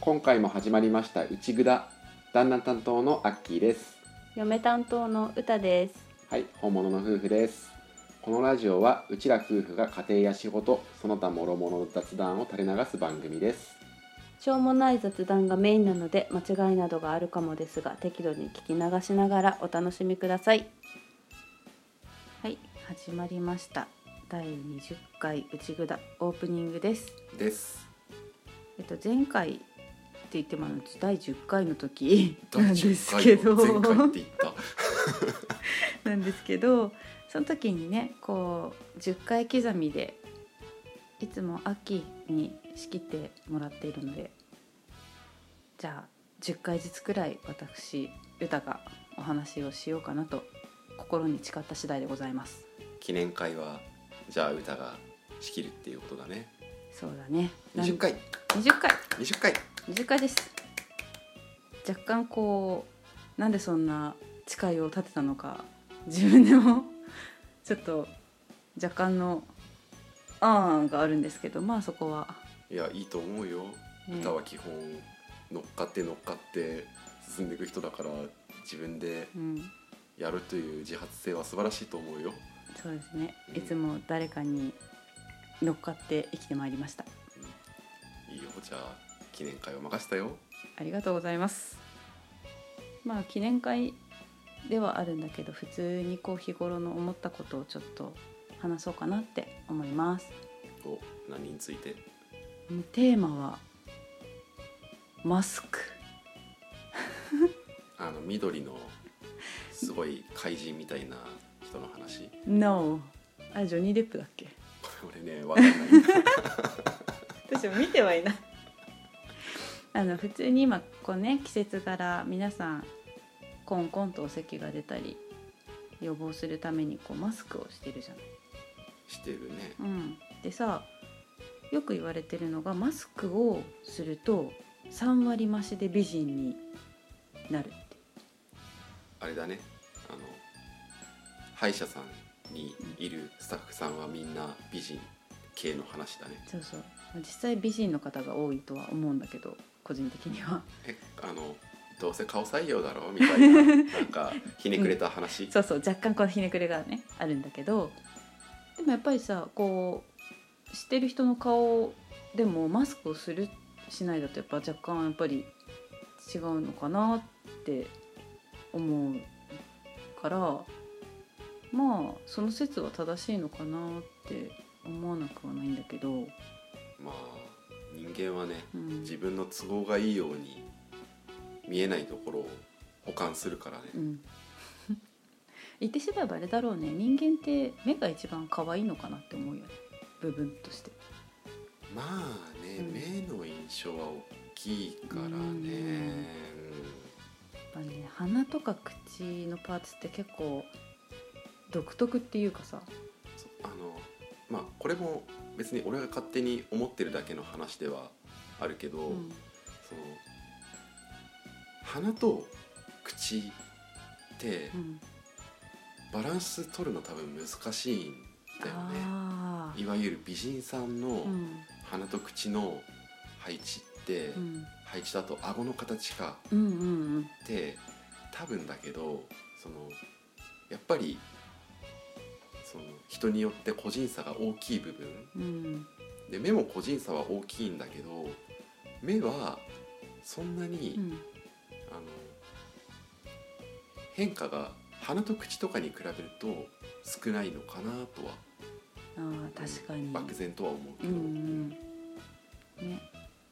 今回も始まりました「うちぐだ」旦那担当のアッキーです嫁担当の歌ですはい本物の夫婦ですこのラジオはうちら夫婦が家庭や仕事その他諸々の雑談を垂れ流す番組ですしょうもない雑談がメインなので間違いなどがあるかもですが適度に聞き流しながらお楽しみくださいはい始まりました第20回うちぐだオープニングですですえっと前回って言ってもあの第10回の時なんですけどて言ったなんですけどその時にねこう10回刻みでいつも秋に仕切ってもらっているのでじゃあ10回ずつくらい私歌がお話をしようかなと心に誓った次第でございます記念会はじゃあ歌が仕切るっていうことだねそうだねなん回20回20回20回です若干こうなんでそんな誓いを立てたのか自分でも ちょっと若干のあーんがあるんですけどまあそこは、いやいいと思うよね歌は基本乗っかって乗っかって進んでいく人だから自分でうん、やるという自発性は素晴らしいと思うよ、そうですねうんいつも誰かに乗っかって生きてまいりましたいいよじゃあ記念会を任せたよありがとうございますまあ記念会ではあるんだけど普通にこう日頃の思ったことをちょっと話そうかなって思いますお何についてテーマはマスクあの緑のすごい怪人みたいな人の話 No あれジョニー・デップだっけこれ俺ねわかんないんだ私も見てはいない あの普通に今こうね季節柄皆さんコンコンとお咳が出たり予防するためにこうマスクをしてるじゃないしてるねうん、でさよく言われてるのがマスクをすると3割増しで美人になるってあれだねあの歯医者さんにいるスタッフさんはみんな美人系の話だねそうそう実際美人の方が多いとは思うんだけど個人的にはえあのどうせ顔採用だろみたいななんかひねくれた話、 そうそう若干このひねくれがねあるんだけどでもやっぱりさこう知ってる人の顔でもマスクをするしないだとやっぱ若干やっぱり違うのかなって思うからまあその説は正しいのかなって思わなくはないんだけど、うんまあ人間はね自分の都合がいいように見えないところを補完するからね、うん 言ってしまえばあれだろうね人間って目が一番可愛いのかなって思うよね部分として。まあね、うん目の印象は大きいからね、ううんんやっぱね鼻とか口のパーツって結構独特っていうかさそあのまあこれも別に俺が勝手に思ってるだけの話ではあるけど、うんその鼻と口ってうんバランス取るの多分難しいんだよね。あいわゆる美人さんのあうん鼻と口の配置って、うん配置だと顎の形かうんうんって多分だけどそのやっぱりその人によって個人差が大きい部分うんうんで目も個人差は大きいんだけど目はそんなに、うんあの変化が鼻と口とかに比べると少ないのかなとはああ確かに漠然とは思ううけんど、うんね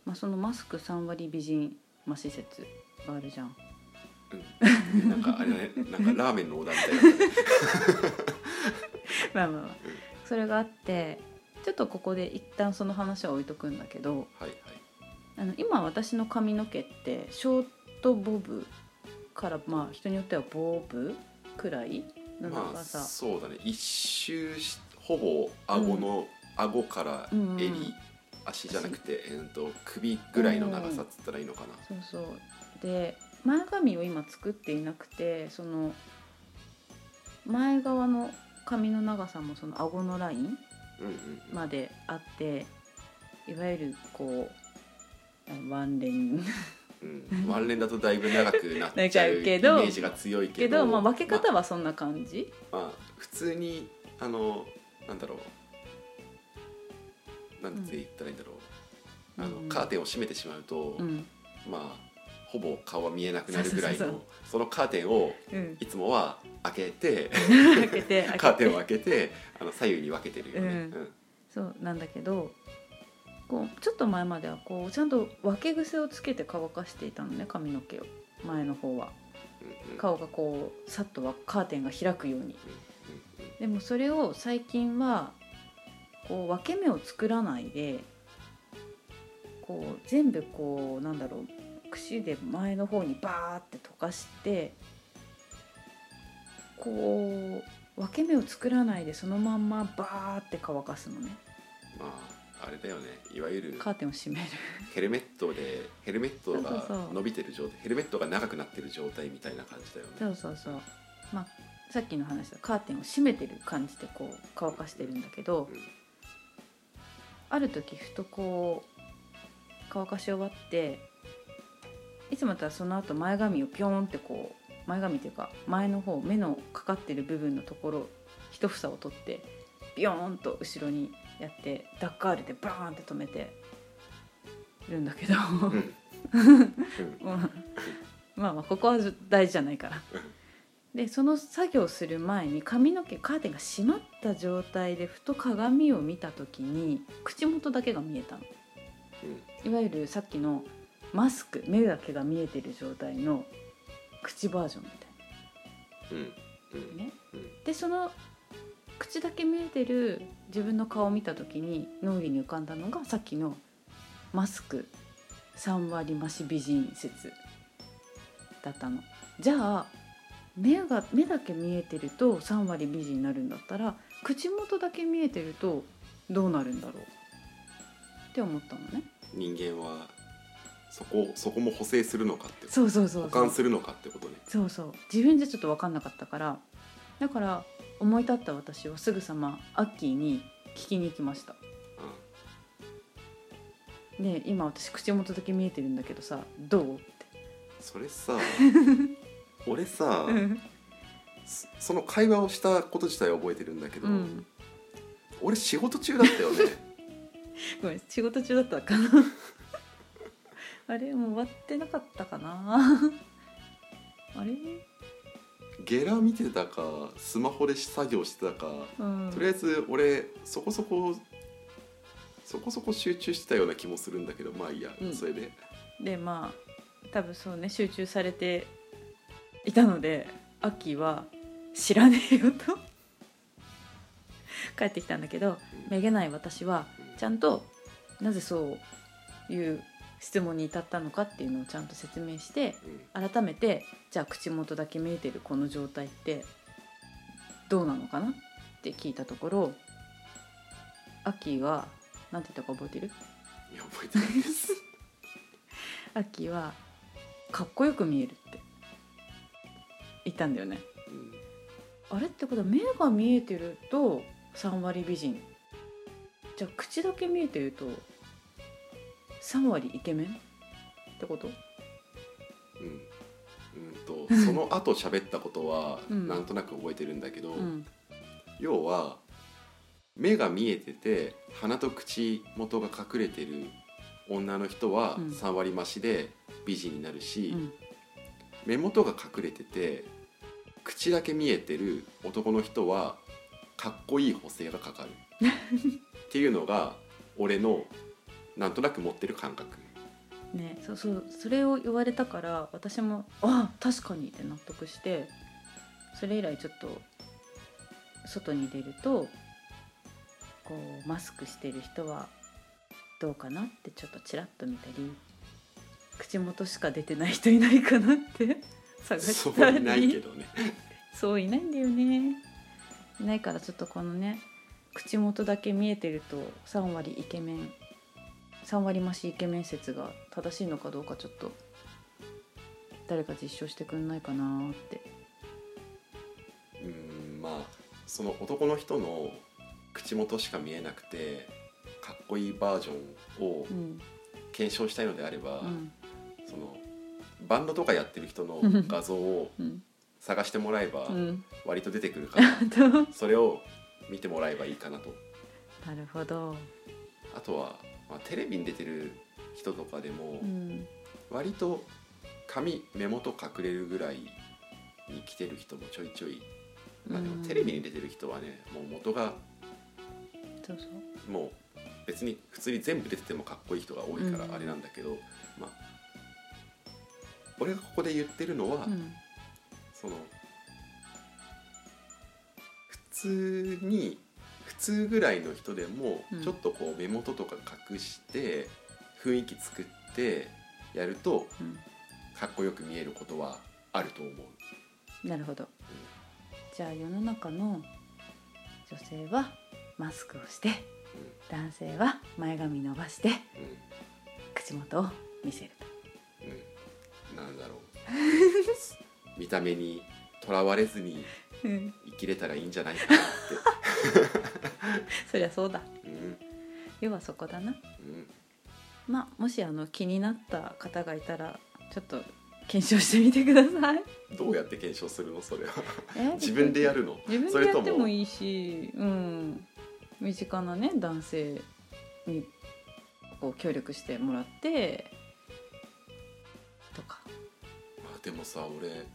まあそのマスク3割美人マシ説があるじゃんうんなんかあれだね なんかラーメンのオーダーみたいな、まあまあまあそれがあってちょっとここで一旦その話は置いとくんだけどはいはいあの今私の髪の毛ってショートボブからまあ人によってはボブくらいのま長あさ、そうだね一周しほぼ顎の、顎からうん襟、足じゃなくて、えー、と首ぐらいの長さっつったらいいのかな、そうそうで前髪を今作っていなくてその前側の髪の長さもその顎のラインうんうんうんまであっていわゆるこうあのワンレンうん、ワンレンだとだいぶ長くなっなっちちゃゃううイメけどージが強いけけどど、まあ、分け方まはそんな感じ、あまあ普通にあのなんだろうなんて言ったらいいんだろう、あうんのカーテンを閉めてしまうと、うんまあほぼ顔は見えなくなるぐらいのそそうそうそうのカーテンをうん、いつもは開けて開けて開けてカーテンを開けてあの左右に分けてるよね、うんそうなんだけどこうちょっと前まではこうちゃんと分け癖をつけて乾かしていたのね髪の毛を前の方はうんうん顔がこうさっとはカーテンが開くようにうんうんでもそれを最近はこう分け目を作らないでこう全部こうなんだろう櫛で前の方にバーって溶かしてこう分け目を作らないでそのまんまバーって乾かすのねまああれだよねいわゆるカーテンを閉めるヘルメットでヘルメットそうそうがそう伸びてる状態ヘルメットが長くなってる状態みたいな感じだよねそうそうそうまあさっきの話だカーテンを閉めてる感じでこう乾かしてるんだけど、うんある時ふとこう乾かし終わっていつもだったらその後前髪をピョーンってこう前髪っていうか前の方目のかかってる部分のところ一房を取ってビヨーンと後ろにやってダッカールでバーンって止めてるんだけど、うん うんうんまあまあここは大事じゃないから。でその作業する前に髪の毛カーテンが閉まった状態でふと鏡を見た時に口元だけが見えたのうんいわゆるさっきのマスク目だけが見えてる状態の口バージョンみたうんういんなねうんでその口だけ見えてる自分の顔を見た時に脳裏に浮かんだのがさっきのマスク3割増し美人説だったのじゃあ目が目だけ見えてると3割美人になるんだったら口元だけ見えてるとどうなるんだろうって思ったのね人間はそこそこも補正するのかってそうそうそうそう補完するのかってことねそうそう自分じゃちょっと分かんなかったからだから思い立った私はすぐさまアッキーに聞きに行きましたねえ今私口元だけ見えてるんだけどさどうってそ れさ俺さ、うんそその会話をしたこと自体覚えてるんだけど、うん俺仕事中だったよね ごめん仕事中だった かなあれもう終わってなかったかなあれゲラ見てたかスマホで作業してたかうんとりあえず俺そこそこそこそこ集中してたような気もするんだけどまあいいや、うんそれででまあ多分そうね集中されていたのでアッキーは「知らねえよ」と 帰ってきたんだけどめげない私はちゃんとなぜそういう質問に至ったのかっていうのをちゃんと説明してうん改めてじゃあ口元だけ見えてるこの状態ってどうなのかなって聞いたところアッキーは何て言ったか覚えてるいや覚えてない ですアッキーはかっこよく見えるって言ったんだよねうんあれってことは目が見えてると3割美人じゃあ口だけ見えてると3割イケメンってことうんうんとその後喋ったことはうんなんとなく覚えてるんだけど、うん要は目が見えてて鼻と口元が隠れてる女の人はうん3割増しで美人になるし、うん目元が隠れてて口だけ見えてる男の人はかっこいい補正がか かるっていうのが俺のなんとなく持ってる感覚。ねそうそうそれを言われたから私もあ確かにって納得してそれ以来ちょっと外に出るとこうマスクしてる人はどうかなってちょっとちらっと見たり口元しか出てない人いないかなって探しそうたりいないけどねそういないんだよねいないからちょっとこのね口元だけ見えてると3割イケメン3割増しイケメン説が正しいのかどうかちょっと誰か実証してくんないかなってうーんまあその男の人の口元しか見えなくてかっこいいバージョンをうん検証したいのであれば、うんそのバンドとかやってる人の画像をうん探してもらえばうん割と出てくるから、 あと なそれを見てもらえばいいかなとるほどあとは、まあ、テレビに出てる人とかでもうん割と髪目元隠れるぐらいに来てる人もちょいちょい、まあ、でうんもテレビに出てる人はねもう元がそうそうもう別に普通に全部出ててもかっこいい人が多いかうんらあれなんだけど、まあ俺がここで言ってるのは、うんその普通に普通ぐらいの人でも、うんちょっとこう目元とか隠して雰囲気作ってやるとうんかっこよく見えることはあると思う。なるほどじゃあ世の中の女性はマスクをして男性は前髪伸ばしてう口元を見せるとんうんうん、なんだろう 見た目にとらわれずにうん、生きれたらいいんじゃないかなっそりゃそうだて。うん要はそこだなうんまあもしあの気になった方がいたらちょっと検証してみてくださいどうやって検証するの それはえ自分でやるの自そ分でれやとってもいいしうん身近なね男性にこう協力してもらってとか、あでもさ俺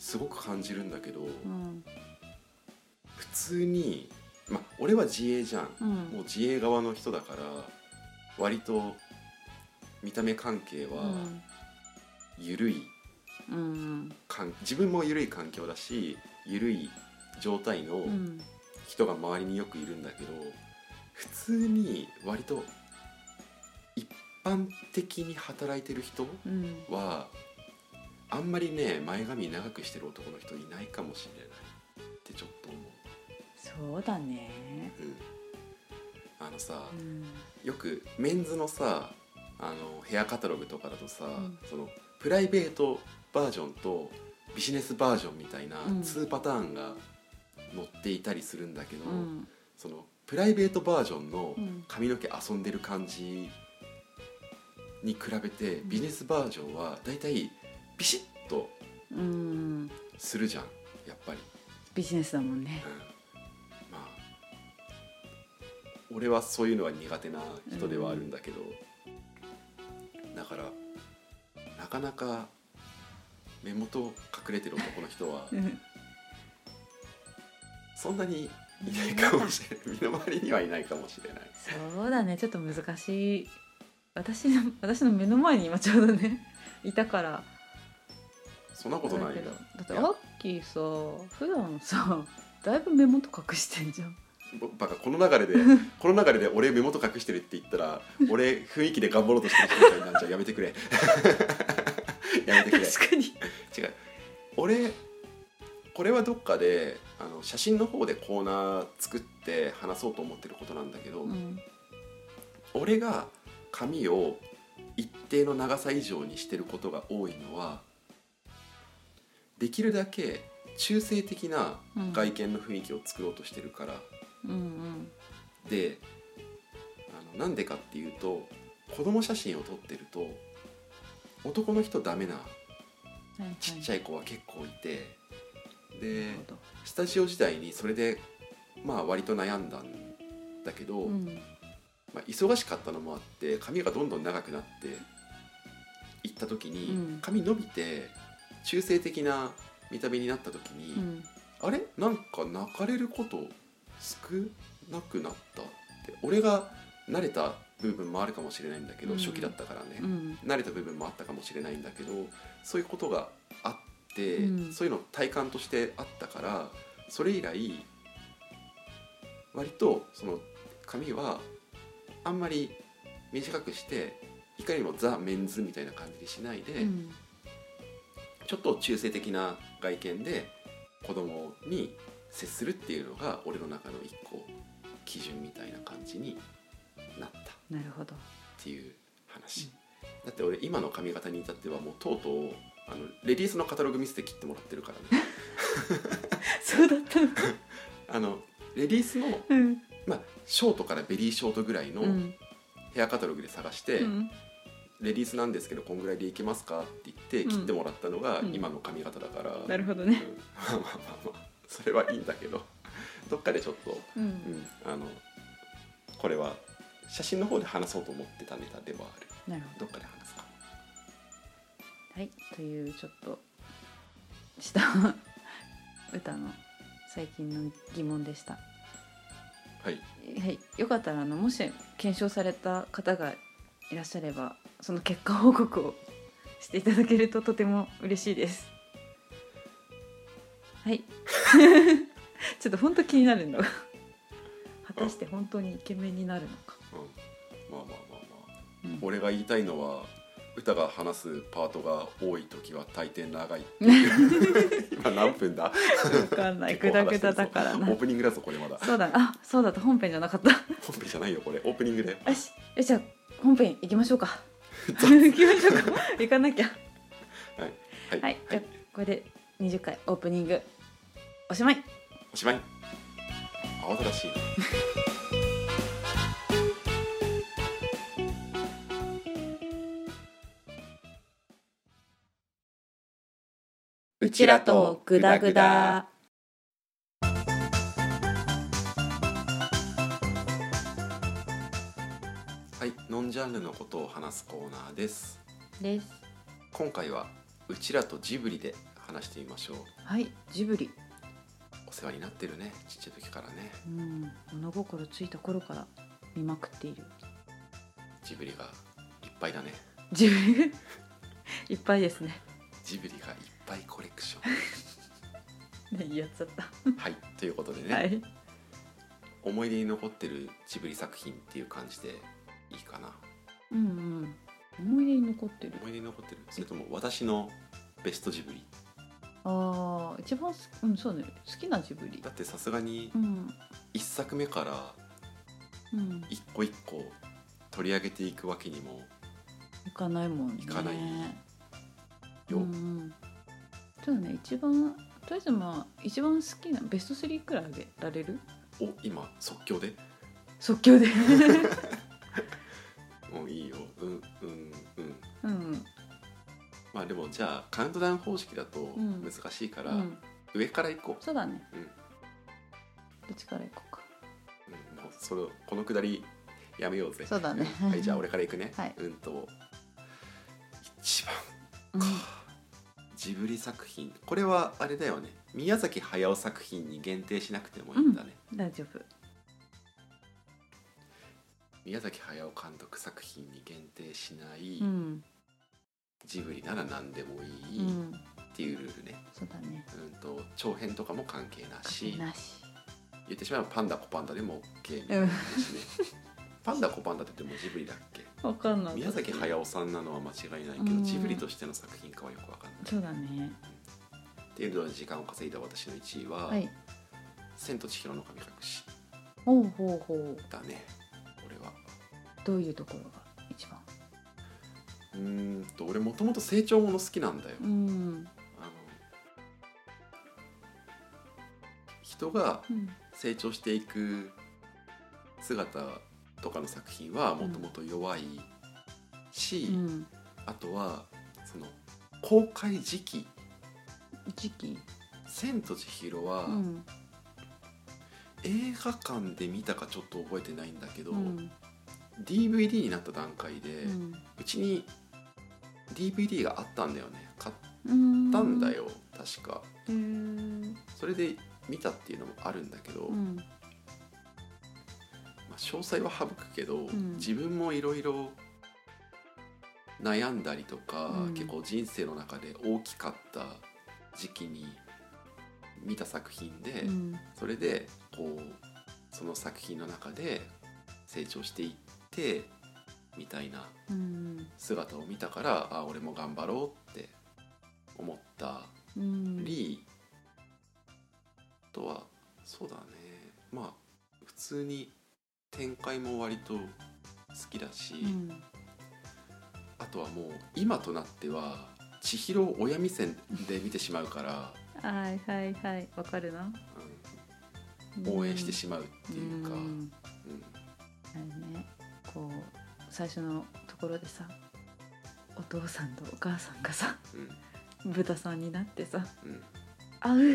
すごく感じるんだけど、うん普通にまあ俺は自営じゃん、う、もうん自営側の人だから割と見た目関係うはん緩い、うん環自分も緩い環境だし緩い状態のうん人が周りによくいるんだけど、普通に割と一般的に働いてる人、うんはあんまりね前髪長くしてる男の人いないかもしれないってちょっと思そうだねう、うん、あのさうんよくメンズのさあのヘアカタログとかだとさ、んそのプライベートバージョンとビジネスバージョンみたいなうん2パターンが載っていたりするんだけど、うんそのプライベートバージョンのうん髪の毛遊んでる感じに比べてんビジネスバージョンはだいたいビシッとうんするじゃんやっぱり、ビジネスだもんねうんまあ俺はそういうのは苦手な人ではあるんだけど、だからなかなか目元隠れてる男の人はうんそんなにいないかもしれない身の回りにはいないかもしれないそうだねちょっと難しい私の私の目の前に今ちょうどねいたからそんなことないよだってアッキーさ普段さだいぶ目元隠してんじゃんぼバカこの流れでこの流れで俺目元隠してるって言ったら俺雰囲気で頑張ろうとしてる人みたいになっちゃうやめてくれ やめてくれ確かに違う俺これはどっかであの写真の方でコーナー作って話そうと思ってることなんだけど、うん俺が髪を一定の長さ以上にしてることが多いのはできるだけ中性的なうん外見の雰囲気を作ろうとしてるから、うんであのなんでかっていうと子供写真を撮ってると男の人ダメなうんはいはいちっちゃい子は結構いて、でなるほどスタジオ時代にそれでまあ割と悩んだんだけど、うんまあ、忙しかったのもあって髪がどんどん長くなっていった時に、うん髪伸びて中性的な見た目になった時に、うんあれなんか泣かれること少なくなったって俺が慣れた部分もあるかもしれないんだけど、うん初期だったからね、うん慣れた部分もあったかもしれないんだけどそういうことがあって、うんそういうの体感としてあったからそれ以来割とその髪はあんまり短くしていかにもザ・メンズみたいな感じにしないで、うんちょっと中性的な外見で子供に接するっていうのが俺の中の一個基準みたいな感じになったっなるほどていう話、だって俺今の髪型に至ってはもうとうとうあのレディースのカタログ見せて切ってもらってるから ねそうだったのかあのレディースの、うんまあ、ショートからベリーショートぐらいのうんヘアカタログで探して、うんレディースなんですけどこんぐらいでいけますかって言って切ってもらったのがうん今の髪型だから、なるほどうねん まあまあまあまあそれはいいんだけど どっかでちょっと、ううんん、あのこれは写真の方で話そうと思ってたネタではあるなるほどどっかで話すかはいというちょっとした 歌の最近の疑問でしたはいはい、よかったらあのもし検証された方がいらっしゃればその結果報告をしていただけるととても嬉しいですはい ちょっと本当気になるのが 果たして本当にイケメンになるのかうんまあまあまあまあうん俺が言いたいのは歌が話すパートが多い時は大抵長いってい う今何分だわかんない グダグダだからオーなプニングだぞこれまだそうだあそうだった本編じゃなかったよ本編じゃないよこれオープニングでしよしじゃあ本編行きましょうか行きましょうか行かなきゃはい、はい、じゃあこれで20回オープニングおしまいおしまい慌ただしいうちらとグダグダ。はいノンジャンルのことを話すコーナーですです。今回はうちらとジブリで話してみましょうはい、ジブリ。お世話になってるねちっちゃい時からねうん、物心ついた頃から見まくっている。ジブリがいっぱいだねジブリ。いっぱいですね。ジブリがいっぱいコレクショね、やっちゃった。 ンはいということでね、はい。思い出に残ってるジブリ作品っていう感じでいいかなうんうん。思い出に残ってる。思い出に残ってるそれとも私のベストジブリああ、一番す、うん、そうね、好きなジブリだ。ってさすがにうん。 1作目からうん。一個一個取り上げていくわけにも行かないもんね。行かないうよ、んうん。そうだね、一番。とりあえずまあ一番好きなベスト3くらいあげられるお今即興で即興でもういいようんうんうん うんまあでもじゃあカウントダウン方式だとん難しいから、うん上から行こうそうだね、うんどっちから行こうかうんもうそのこのくだりやめようぜそうだねんはいじゃあ俺からいく ね、はいうんと一番うんジブリ作品これはあれだよね宮崎駿作品に限定しなくてもいいんだね、大丈夫宮崎駿監督作品に限定しない、うん、ジブリなら何でもいい、うん、っていうルールね、そうだねうん、と長編とかも関係なしなし言ってしまえばパンダコパンダでも OK みたいなうん、ねパンダコパンダってでもジブリだっけわかんない宮崎駿さんなのは間違いないけうどんジブリとしての作品かはよくわかんないそうだねっていうので時間を稼いだ私の1位は「はい千と千尋の神隠しほうほうほう」だね俺はどういうところが一番うーんと俺もともと成長もの好きなんだようんあの人がうん成長していく姿とかの作品はもともと弱いし、うんあとはその公開時期時期「千と千尋」はうん映画館で見たかちょっと覚えてないんだけど、うん、 DVD になった段階で、ううんちに DVD があったんだよね買っうんたんだよ、確かへーそれで見たっていうのもあるんだけど、うんまあ、詳細は省くけど、ん自分もいろいろ悩んだりとか、うん結構人生の中で大きかった時期に見た作品で、うんそれでこうその作品の中で成長していってみたいなうん姿を見たからあ俺も頑張ろうって思ったうんり、あとはそうだねまあ普通に展開も割と好きだし、うんあとはもう今となっては千尋を親目線で見てしまうから、はいはいはいわかるなうん応援してしまうっていうか、んうんあのねこう最初のところでさお父さんとお母さんが さ豚さんになってさうんうん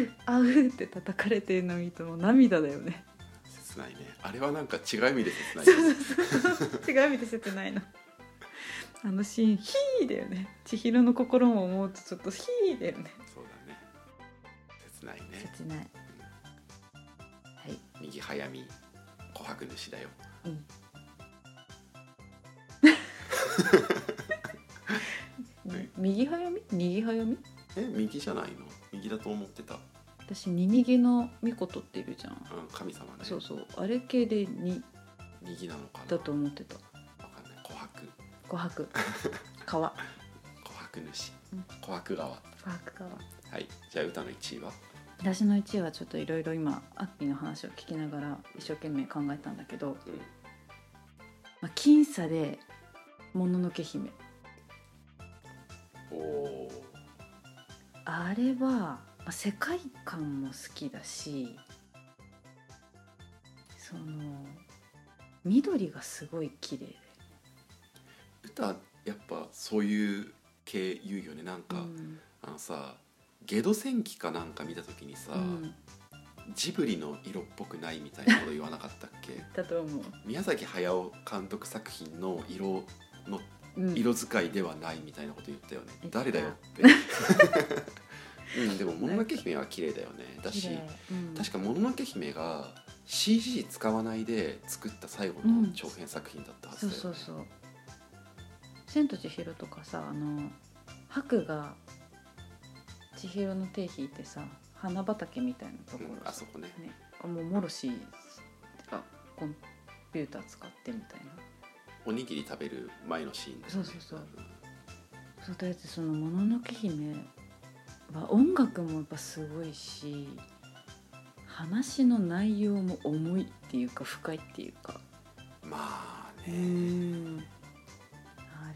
「あうあう」って叩かれてるの見てもう涙だよ ね切ないねあれはなんか違う意味で切ないそうねそうそう違う意味でせてないのあのシーン「ヒー」だよね千尋の心も思うとちょっと「ヒー」だよねそうだね切ないね切ないはい右早見琥珀主だよね 右早み右早みえ右じゃないの右だと思ってた、私ににぎのみことっているじゃんうん、神様ねそうそうあれ系でに右なのかなだと思ってたわかんない琥珀琥珀川琥珀主うん琥珀川は琥珀川いじゃあ歌の1位は私の1位はちょっといろいろ今アッキーの話を聞きながら一生懸命考えたんだけど、うんまあ、僅差で「もののけ姫おおー」あれは、まあ、世界観も好きだしその緑がすごい綺麗で、歌やっぱそういう系言うよねなんうか、んあのさゲド戦記かなんか見た時にさ、うん、ジブリの色っぽくないみたいなこと言わなかったっけだと思う、宮崎駿監督作品の色のうん、色使いではないみたいなこと言ったよね、言った誰だ よって、うん、でも「もののけ姫」は綺麗だよねだし綺麗うん確か「もののけ姫」が CG 使わないで作った最後の長編作品だったはそずうだよね、そうそう「千と千尋」とかさあの白が千尋の手引いてさ花畑みたいなとこうろんあさそこねね、あもうもろしあコンピューター使ってみたいなおにぎり食べる前のシーンだよねそうそうそうそうだってその「もののけ姫」は音楽もやっぱすごいし話の内容も重いっていうか深いっていうかうんまあうね、んあ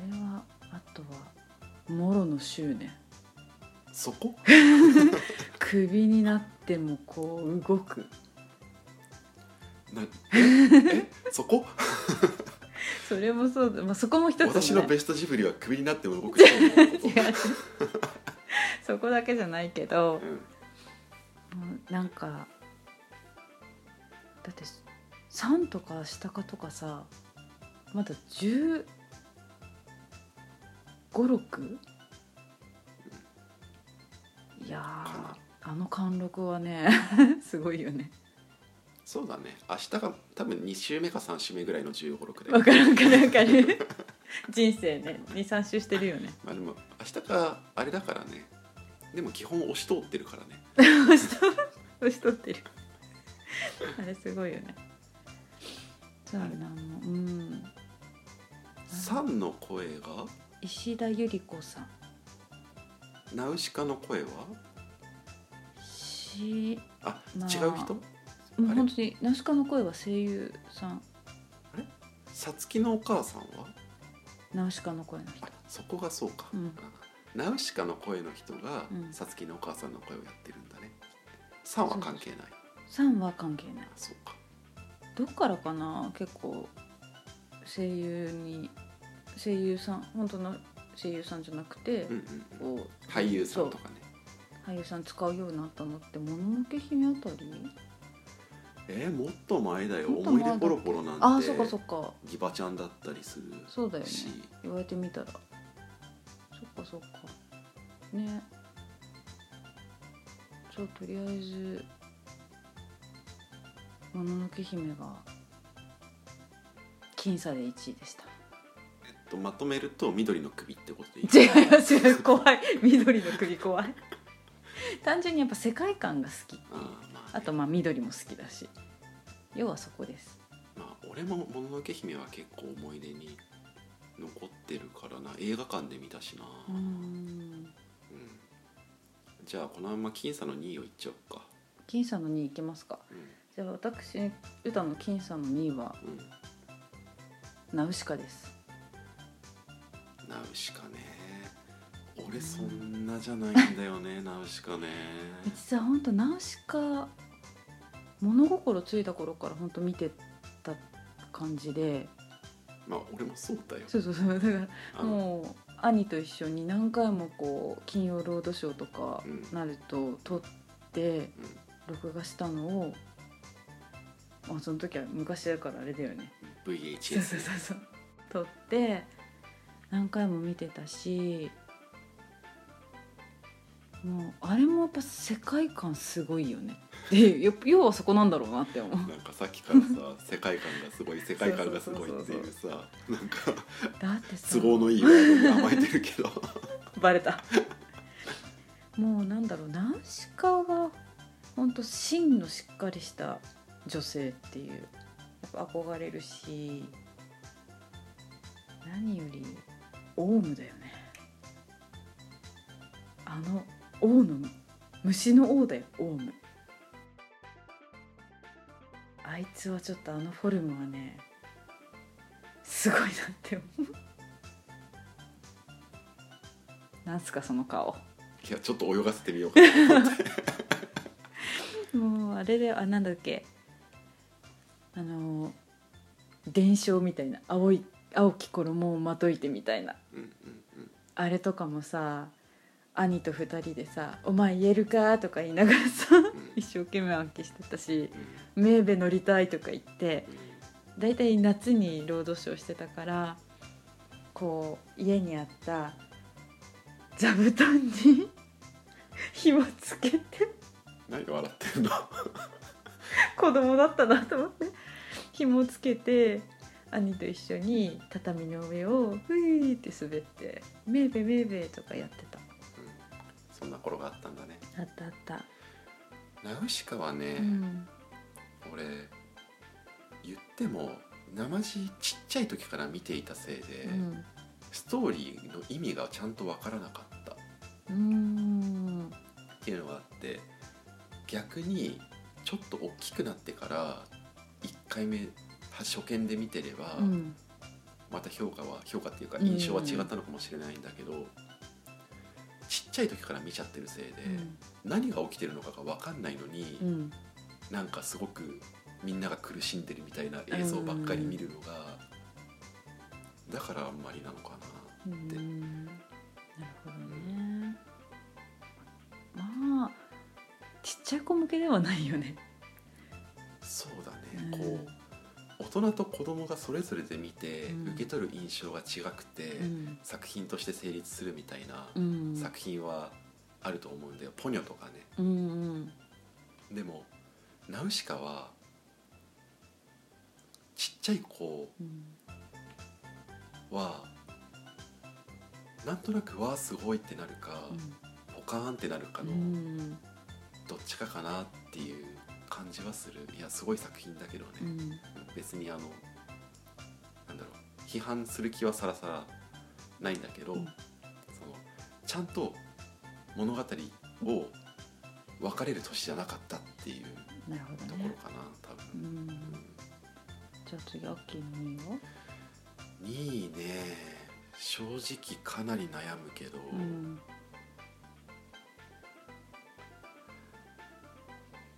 れはあとはもろの執念そこ 首になってもこう動くなええそこそれもそうだ、まあ、そこも一つ、ね、私のベストジブリはクビになっても動く人のこと違うそこだけじゃないけどうんうんなんかだって3とか下かとかさまだ1 5 6いかやなーあの貫禄はね すごいよねそうだね明日が多分2週目か3週目ぐらいの1 5 6で分からんかなんかね人生ね23周してるよねまあでも明日かあれだからねでも基本押し通ってるからね年取ってるあれすごいよねそうなのうんサンの声が石田ゆり子さんナウシカの声はしあ、まあ違う人もうあれ本当にナスカの声は声優さんさつきのお母さんはナウシカの声の人あそこがそうか、うんあナウシカの声の人がうんさつきのお母さんの声をやってるんだねサンは関係ないさんは関係ないあそうかどっからかな結構声優に声優さん本当の声優さんじゃなくて、うんうんうんこう俳優さんとそうかね俳優さん使うようになったのって「もののけ姫」あたりえー、もっと前だよもっと思前だい出ポロポロなんてああそっかそっかギバちゃんだったりするそうだよねし、言われてみたらそっかそっかねじゃあとりあえず「もののけ姫」が僅差で1位でしたえっと、まとめると緑の首ってことでいい違います違う怖い緑の首怖い単純にやっぱ世界観が好きあーまあね、あとまあ緑も好きだし要はそこですまあ、俺俺も「もののけ姫」は結構思い出に残ってるからな映画館で見たしな、うーんうんじゃあこのまま僅差の2位をいっちゃおうか僅差の2位いきますかうんじゃあ私歌の僅差の2位はうんナウシカですナウシカね俺そんなじゃないんだよねナウシカね実は本当ナウシカ物心ついた頃から本当見てた感じでまあ俺もそうだよそうそうそうだかあらのもう兄と一緒に何回もこう「金曜ロードショー」とかうんなると撮って録画したのを、まあ、その時は昔だからあれだよねうん、そう VHS そうそうそう撮って何回も見てたしもうあれもやっぱ世界観すごいよねでやっぱ要はそこなんだろうなって思うなんかさっきからさ世界観がすごい世界観がすごいっていうさなんかだってさ都合のいいワードに甘えてるけどバレたもうなんだろうナウシカが本当真のしっかりした女性っていうやっぱ憧れるし何よりオウムだよねあの王の虫の王だよオウムあいつはちょっとあのフォルムはねすごいなって思うなんすかその顔いやちょっと泳がせてみよう かなと思ってもうあれであなんだっけあの伝承みたいな青い青き衣をまといてみたいなうんうんうんあれとかもさ兄と二人でさ「お前言えるか?」とか言いながらさうん一生懸命暗記してたしう「ん名ベ乗りたい」とか言ってうん大体夏にロードショーしてたからこう家にあった座布団に 火をつけて何笑ってんの子供だったなと思って紐つけて兄と一緒に畳の上をふいーって滑って「めーべめーべ」とかやってたそんな頃があったんだねあったあった、ナウシカはね、うん、俺言っても生地ちっちゃい時から見ていたせいで、うんストーリーの意味がちゃんとわからなかったっうーんていうのがあって逆にちょっと大きくなってから1回目初見で見てれば、うんまた評価は評価っていうかうん印象は違ったのかもしれないんだけど、ちっちゃい時から見ちゃってるせいで、何が起きてるのかが分かんないのに、うんなんかすごくみんなが苦しんでるみたいな映像ばっかり見るのが、だからあんまりなのかなうんうんなるほどねまあちっちゃい子向けではないよねそうだうんね、こう大人と子供がそれぞれで見て、うん受け取る印象が違くて、うん作品として成立するみたいなうん作品はあると思うんだよ、ポニョとかねうんうんでもナウシカはちっちゃい子うんはなんとなく「わあすごい」ってなるか、ポカーンってなるかうんうの、んどっちかかなっていう感じはするいやすごい作品だけどね、うん別にあのなんだろう批判する気はさらさらないんだけど、うんそのちゃんと物語を分かれる年じゃなかったっていうなるほどところねかな多分。うんじゃあ次アッキーの2位を、 2位ね正直かなり悩むけど、うん、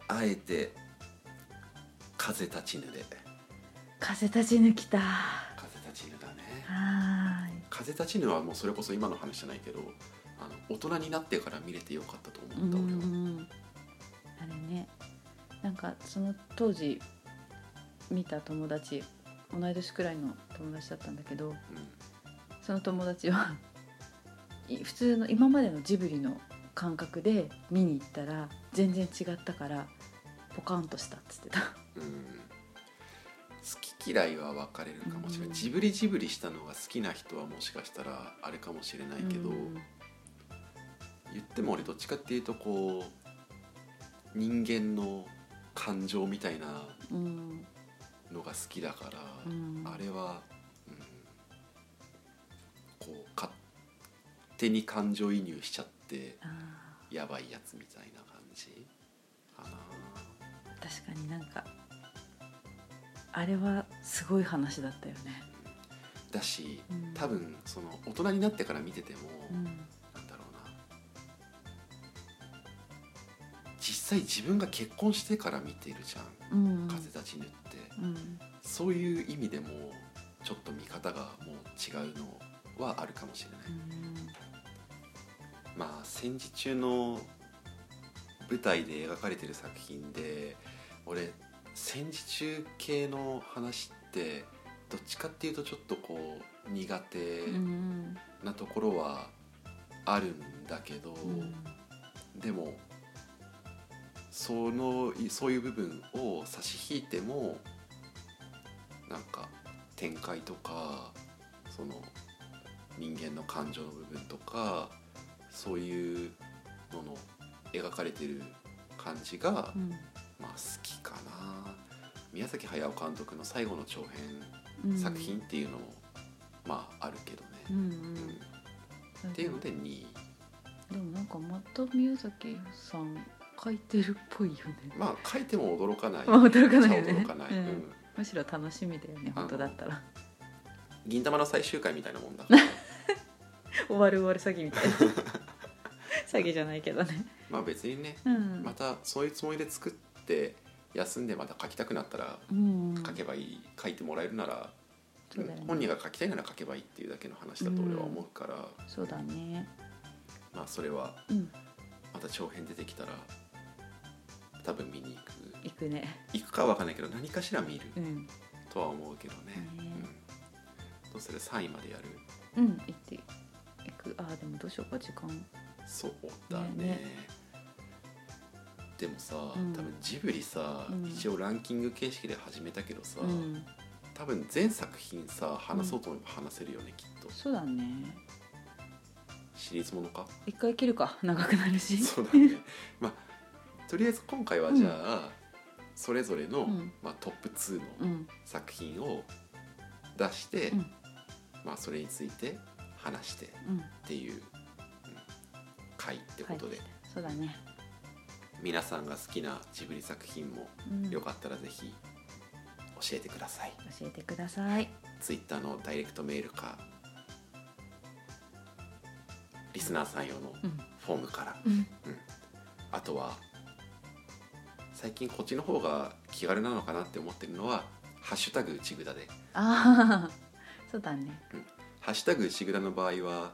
あえて「風立ちぬ」で風立ち抜きた「風立ちぬ」だね。は風立ちぬはもうそれこそ今の話じゃないけどあの大人になってから見れてよかったとーい、う思った俺は、ん、あれねなんかその当時見た友達同い年くらいの友達だったんだけどうんその友達 はい普通の今までのジブリの感覚で見に行ったら全然違ったからポカンとしたっつってたうん好き嫌いは分かれるかもしれない、うんジブリジブリしたのが好きな人はもしかしたらあれかもしれないけど、うん言っても俺どっちかっていうとこう人間の感情みたいなうんのが好きだから、うんあれは、うん、こう勝手に感情移入しちゃってあやばいやつみたいな感じかなー確かになんかあれはすごい話だったよね、だしうん多分その大人になってから見てても、うんなんだろうな実際自分が結婚してから見てるじゃんうん「風立ちぬ」って、うんそういう意味でもちょっと見方がもう違うのはあるかもしれない、まあ戦時中の舞台で描かれてる作品で俺戦時中系の話ってどっちかっていうとちょっとこう苦手うんうんなところはあるんだけど、うんでもそのいそういう部分を差し引いてもなんか展開とかその人間の感情の部分とかそういうのの描かれてる感じが、まあ好きかな宮崎駿監督の最後の長うんう編ん作品っていうのも、まああるけどね、うんうんっうんていうので2位でもなんかまた宮崎さん書いてるっぽいよね、 まあ書いても驚かないまあ驚かないよめっちねゃ驚かない、うんうんむしろ楽しみだよねあの本当だったら銀玉の最終回みたい なもんだから終わる終わる詐欺み たいな詐欺じゃないけどねまあ別にねうん、またそういうつもりで作って休んでまた書きたくなったらうん、書けばいい書いてもらえるなら、そうだよね本人が書きたいなら書けばいいっていうだけの話だと俺は思うから、そうだねまあそれはうんまた長編出てきたら多分見に行く行くね行くかは分かんないけど何かしら見るうんとは思うけどね、ねうん、どうする3位までやるうん行って行くあーでもどうしようか時間そうだねねねでもさ、うん多分ジブリさ、うん一応ランキング形式で始めたけどさ、うん多分全作品さ話そうと思えば話せるよね、きっとそうだねシリーズものか一回切るか 長くなるしそうだねまあとりあえず今回はじゃあ、それぞれの、うんまあ、トップ2うのん作品を出して、うんまあ、それについて話してっうんていう、うん回ってことで、はいそうだね皆さんが好きなジブリ作品もうんよかったらぜひ教えてください。教えてくださいツイッターのダイレクトメールか、リスナーさん用のうんフォームから、うんあとは最近こっちの方が気軽なのかなって思ってるのはハッシュタグ内ぐだで、ああ そうだねハッシュタグ内ぐだの場合は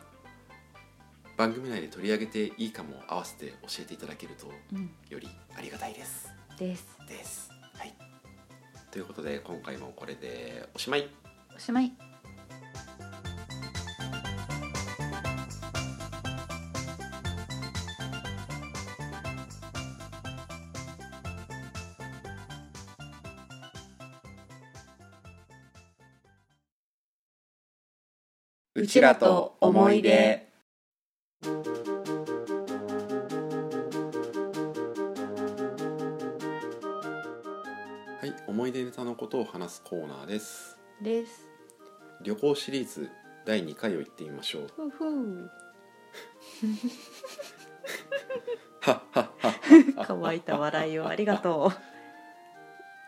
番組内で取り上げていいかも合わせて教えていただけるとうんよりありがたいです。ですです。はい。ということで今回もこれでおしまい。おしまいうちらと思い出。はい、思い出ネタのことを話すコーナーです。です旅行シリーズ第2回を行ってみましょう。ふうふう 乾いた笑いをありがと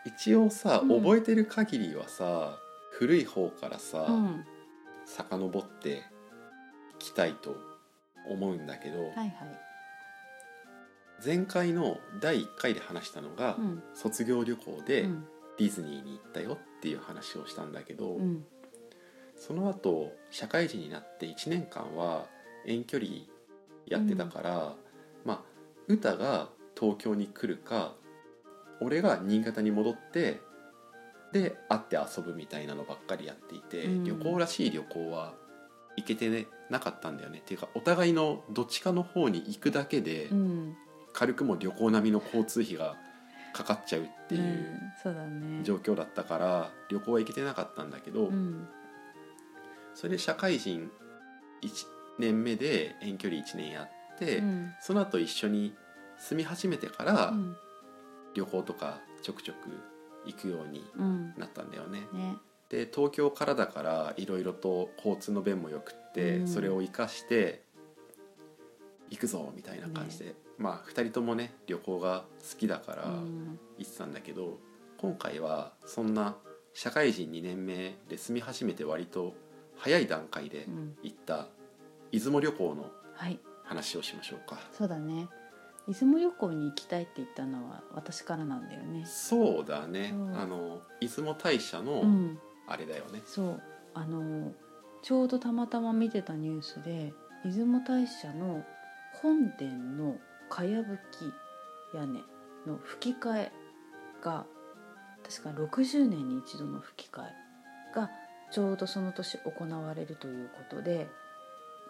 一応さ、うん覚えてる限りはさ、古い方からさ、 う、うん、遡っていきたいと思うんだけど、はいはい前回の第1回で話したのが、うん卒業旅行うでんディズニーに行ったよっていう話をしたんだけど、うんその後社会人になって1年間は遠距離やってたから、まあ歌が東京に来るか俺が新潟に戻ってで会って遊ぶみたいなのばっかりやっていて、うん旅行らしい旅行は行けて、ね、なかったんだよねっていうかお互いのどっちかの方に行くだけで、うん軽くもう旅行並みの交通費がかかっちゃうっていうんう、そうだね状況だったから旅行は行けてなかったんだけど、うんそれで社会人1年目で遠距離1年やって、うんその後一緒に住み始めてからうん旅行とかちょくちょく行くようにうんなったんだよね。ねで東京からだからいろいろと交通の便もよくって、うんそれを生かして行くぞみたいな感じで、まあ2人ともね旅行が好きだからうん行ってたんだけど、今回はそんな社会人2年目で住み始めて割と早い段階でうん行った出雲旅行のはい話をしましょうか。そうだね出雲旅行に行きたいって言ったのは私からなんだよねそうだね、そうあの出雲大社うのんあれだよね、そうあのちょうどたまたま見てたニュースで出雲大社の本殿のかやぶき屋根の吹き替えが確か60年に一度の吹き替えがちょうどその年行われるということで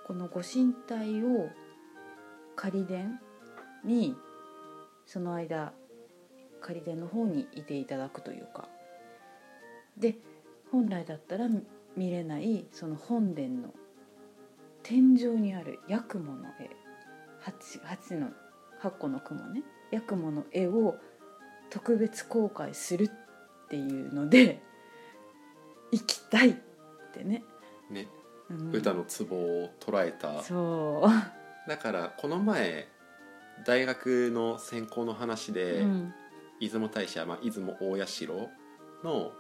このご神体を仮殿にその間仮殿の方にいていただくというかで本来だったら見れないその本殿の天井にある八雲の絵 8, 8の8個の雲ね八雲の絵を特別公開するっていうので行きたいってね、ねうん歌のツボを捉えたそう、だからこの前大学の専攻の話で、うん出雲大社、まあ、出雲大社の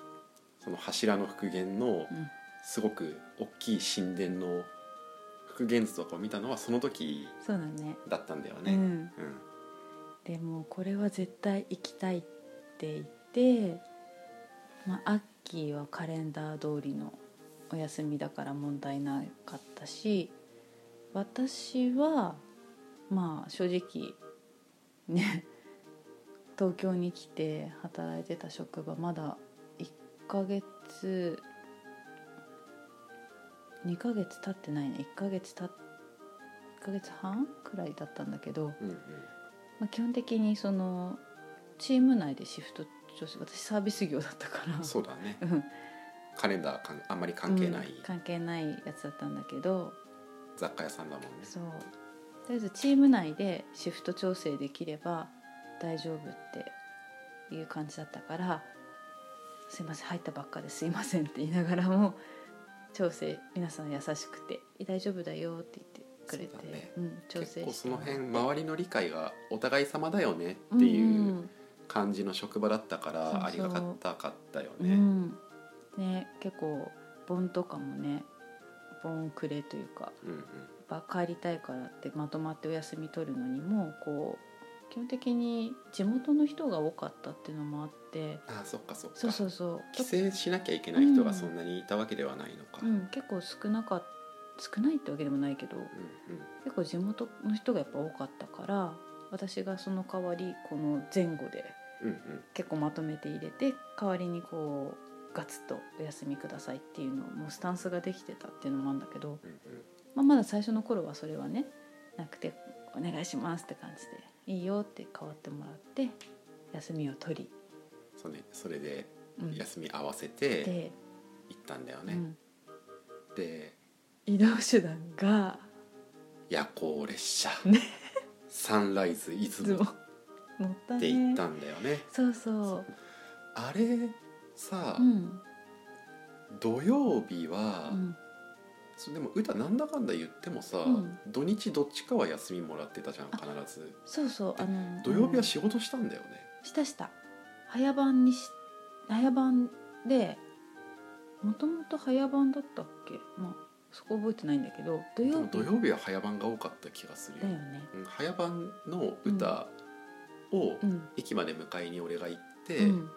その柱の復元のうんすごく大きい神殿の復元図とかを見たのはその時そうだねだったんだようね。ん、うんでもこれは絶対行きたいって言って、まあ、アッキーはカレンダー通りのお休みだから問題なかったし私はまあ正直ね東京に来て働いてた職場まだ1ヶ月2ヶ月経ってないね1ヶ月経っ1ヶ月半くらいだったんだけど、うんうんまあ、基本的にそのチーム内でシフト調整私サービス業だったからそうだねうんカレンダーかんあんまり関係ないうん関係ないやつだったんだけど雑貨屋さんだもんね。そうとりあえずチーム内でシフト調整できれば大丈夫っていう感じだったから「すいません入ったばっかですいません」って言いながらも調整皆さん優しくて「大丈夫だよ」って言ってくれてそうだねうん、調整して結構その辺もらっ周りの理解がお互い様だよねてっていんううん感じの職場だったそかうそうらありがたかったようね。ん、ね結構盆とかもね盆くれというかうんうんやっぱ帰りたいからってまとまってお休み取るのにもこう基本的に地元の人が多かったっていうのもあってあそっかそっかそうそうそう帰省しなきゃいけない人がそんなにいたわけではないのか。ううんん、結構少なか少ないってわけでもないけどうん結構地元の人がやっぱ多かったから私がその代わりこの前後でうんうん結構まとめて入れて代わりにこうガツッとお休みくださいっていうのもうスタンスができてたっていうのもあるんだけど、うんうんまあ、まだ最初の頃はそれはねなくて「お願いします」って感じで「いいよ」って代わってもらって休みを取り、そうねそれでうん、休み合わせてで、行ったんだようね。んで移動手段が夜行列車ねサンライズ出ズボ雲ン乗ったっねて行ったんだよね。そうそうあれさう、ん土曜日うは、んそうでも歌なんだかんだ言ってもさ、うん土日どっちかは休みもらってたじゃん必ずそうそうあの土曜日はし仕事したんだよね、したした早番にし早番でもともと早番だったっけまあそこ覚えてないんだけど土で曜も日土曜日は早番が多かった気がするよだよ、ねうん早番の歌をうん駅まで迎えに俺が行って、うん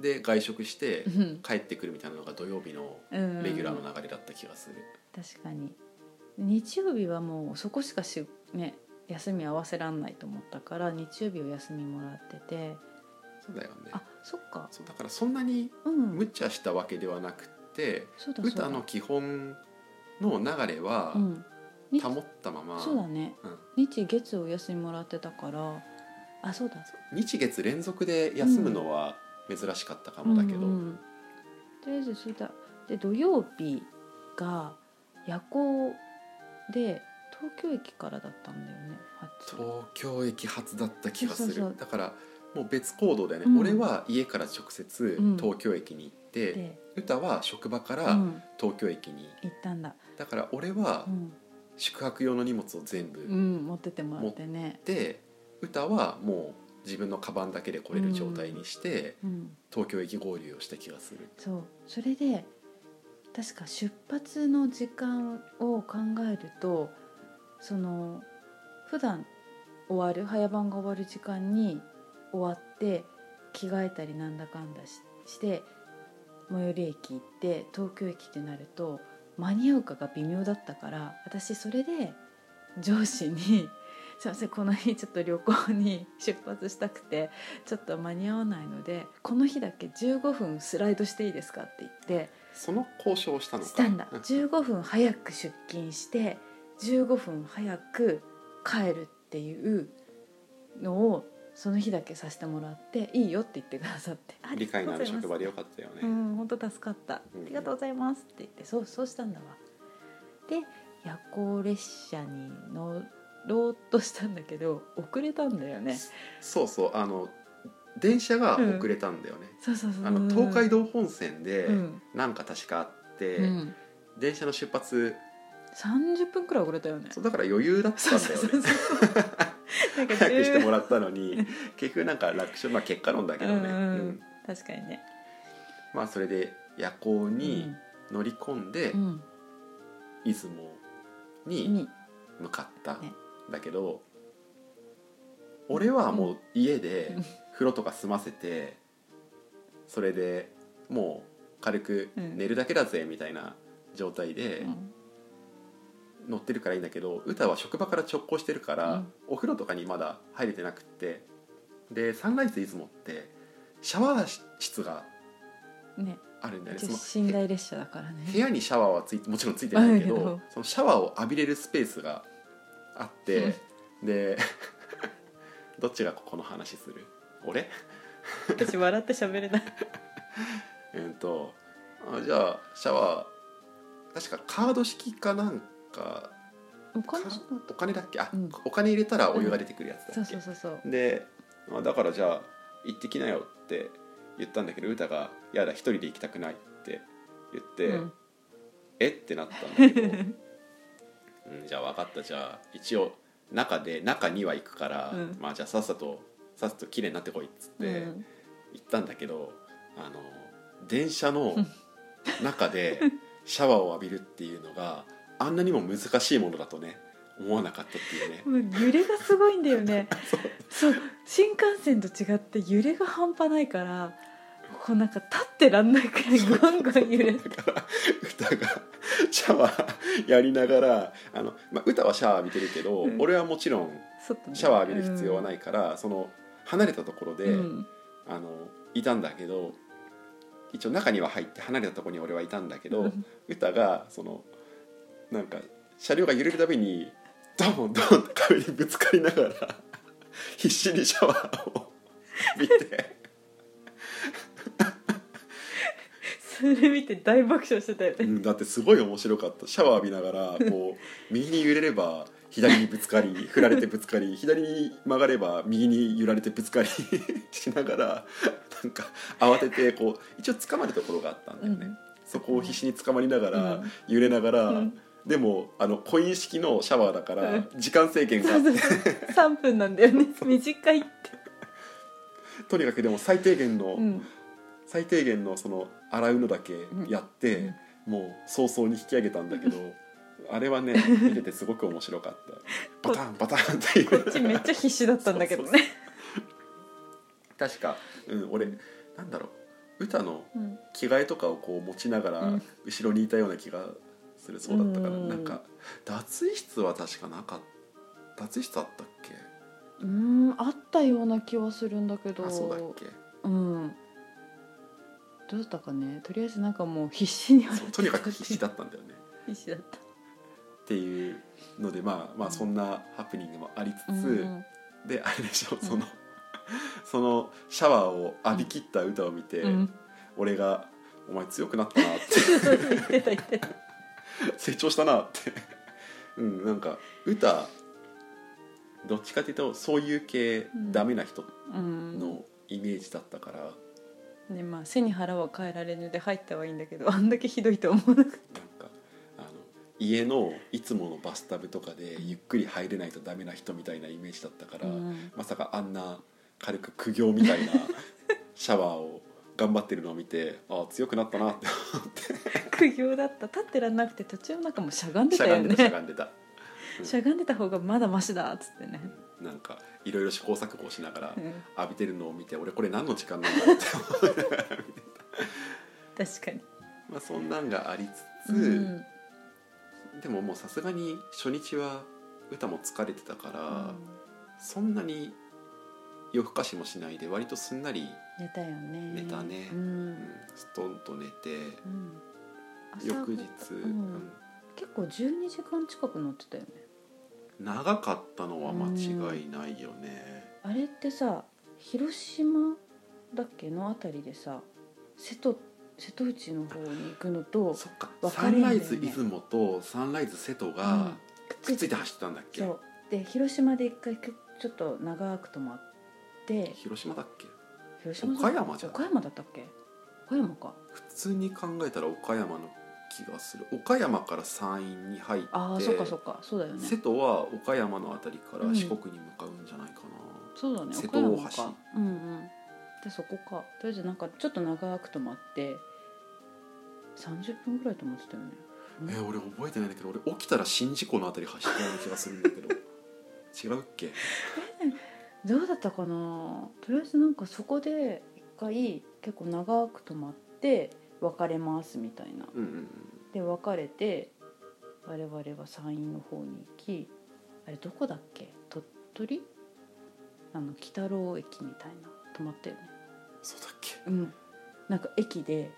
で外食してうん帰ってくるみたいなのが土曜日のうんレギュラーの流れだった気がする、確かに日曜日はもうそこしかし、ね、休み合わせらんないと思ったから日曜日を休みもらっててそうだよねあそっかそうだからそんなにうん無茶したわけではなくて、そうだそうだ歌の基本の流れはうん日保ったまま、そうだねうん日月お休みもらってたからあそうだ日月連続で休むのは珍しかったかもだけど、うんうんとりあえずそれだで土曜日が夜行で東京駅からだったんだよね初東京駅発だった気がするそうそうそうだからもう別行動だよね、うん俺は家から直接うん東京駅に行って、で、歌は職場かうらん、東京駅に、行ったんだ、だから俺はうん宿泊用の荷物を全部う持っん、持ってってもらってね、て、歌はもう自分のカバンだけで来れる状態にして、うん、東京駅合流をした気がするそうそれで確か出発の時間を考えるとその普段終わる早番が終わる時間に終わって着替えたりなんだかんだしして最寄り駅行って東京駅ってなると間に合うかが微妙だったから私それで上司に 「すいませんこの日ちょっと旅行に出発したくてちょっと間に合わないのでこの日だけ15分スライドしていいですか?」って言ってその交渉をしたのかしたんだうん15分早く出勤して15分早く帰るっていうのをその日だけさせてもらって「いいよ」って言ってくださって「あり理がと解うのござあるいます職場でよかったよね、うん本当助かったあうんりがとうございますって言ってそうそうしたんだわで夜行列車に乗ろうとしたんだけど遅れたんだよねそうそうあの電車が遅れたんだよね、そうそうそうあの東海道本線でうんなんか確かあって、うん電車の出発30分くらい遅れたよねそうだから余裕だったんだよね なんか早くしてもららったのに結局なんか楽勝まあ結果論だけどね、うんううんん確かにねまあそれで夜行に乗り込んで、うんうん出雲にに向かったんねだけど、俺はもう家でうん風呂とか済ませてそれでもう軽く寝るだけだぜみたいな状態でうん乗ってるからいいんだけど歌は職場から直行してるから、うんお風呂とかにまだ入れてなくってでサンライズ出雲ってシャワー室がねあるんだよね一そ応の寝台列車だからね部屋にシャワーはついてもちろんついてないんだけどあるけどそのシャワーを浴びれるスペースがあってで どっちがここの話する俺私笑って喋 れないうんとあじゃあシャワー確かカード式かなんかお金かお金だっけあ、うんお金入れたらお湯が出てくるやつそだうっけ、そうそうそうで、まあ、だからじゃあ行ってきなよって言ったんだけど歌が「やだ一人で行きたくない」って言って「うんえっ?」てなったん だけど。うん、じゃあ分かったじゃあ一応中で中には行くから、うんまあじゃあさっさとさっさと綺麗になってこいっつってうん行ったんだけど、あの電車のうん 中でシャワーを浴びるっていうのがあんなにも難しいものだとね思わなかったっていうねもう揺れがすごいんだよ ねそう新幹線と違って揺れが半端ないからこうなんか立ってらんないくらいガンガン揺れてだから歌がシャワーやりながらあの、まあ、歌はシャワー浴びてるけど、うん俺はもちろん外にシャワー浴びる必要はないから、その離れたところで。うんあのいたんだけど一応中には入って離れたところに俺はいたんだけうどん歌がそのなんか車両が揺れるたびにドンドンって壁にぶつかりながら必死にシャワーを浴びてそれ見て大爆笑してたようねんだってすごい面白かったシャワー浴びながらこう右に揺れれば左にぶつかり振られてぶつかり左に曲がれば右に揺られてぶつかり しながらなんか慌ててこう一応捕まるところがあったんだよね。うんそこを必死に捕まりながら、うん揺れながら、うんでもあのコイン式のシャワーだかうらん時間制限があそっうて、そうそう3分 なんだよね短いって、とにかくでも最低限の、うん、最低限のその洗うのだけやって、もう早々に引き上げたんだけど、あれはね見ててすごく面白 かったバタンバタンっていうこっちめっちゃ必死だったんだけどね確か、うん、俺なんだろう歌のうん着替えとかをこう持ちながら、うん後ろにいたような気がするそうだったから、うんなんか脱衣室は確かなかった脱衣室あったっけうーんあったような気はするんだけどあそうだっけうんどうだったかねとりあえずなんかもう必死にそうとにかく必死だったん だよね必死だったっていうのでまあまあそんなハプニングもありつつ、うんであれでしょんその、 そのシャワーを浴び切った歌を見て、うんうん、俺が「お前強くなったな」って そうそうそう言ってた言ってた成長したなって うんなんか歌どっちかっていうとそういう系ダメな人うんのイメージだったからなんねまあ背に腹は変えられぬで入ったはいいんだけどあんだけひどいとは思わなかっかあの家のいつものバスタブとかでゆっくり入れないとダメな人みたいなイメージだったかた、ら、うんまさかあんな軽く苦行みた いなシャワーを頑張ってるのを見てああ強くなったなって 苦行だった立ってらんなくて途中なんかもうしゃがんでしたゃがよんでたしゃねがんでたうんしゃがんでた方がまだマシだっつってね、なんかいろいろ試行錯誤しながらうん浴びてるのを見て俺これ何の時間なんだろう って思う確かに、まあそんなんがありつうつ、んでももうさすがに初日は歌も疲れてたから、うんそんなに夜更かしもしないで割とすんなり、寝たよね寝たねうんうんストンと寝てうん朝翌ん日、うん結構12時間近く乗ってたよね長かったのは間違いないよね、あれってさ広島だっけのあたりでさ瀬戸瀬戸内の方に行くのとそっか、分サかれんンだラよねイズ出雲とサンライズ瀬戸うんがくっついて走ってたんだっけ、そうで広島で一回きょちょっと長く泊まって広島だっけ広島岡山じゃん岡山だったっけ岡山か普通に考えたら岡山の気がする岡山から山陰に入ってああそっかそっかそうだよね瀬戸は岡山のあたりから四国に向かうんじゃないかな、そうだね瀬岡戸大橋山かうんうんでそこかとりあえずなんかちょっと長く泊まって30分ぐらい泊まってたよねうんえー俺覚えてないんだけど俺起きたら宍道湖のあたり走ってたような気がするん だけど違うっけどうだったかなとりあえずなんかそこで一回結構長く泊まって別れますみたいなうんうんうんで別れて我々は山陰の方に行きあれどこだっけ鳥取あの北郎駅みたいな泊まったよねそうだっけうんなんか駅で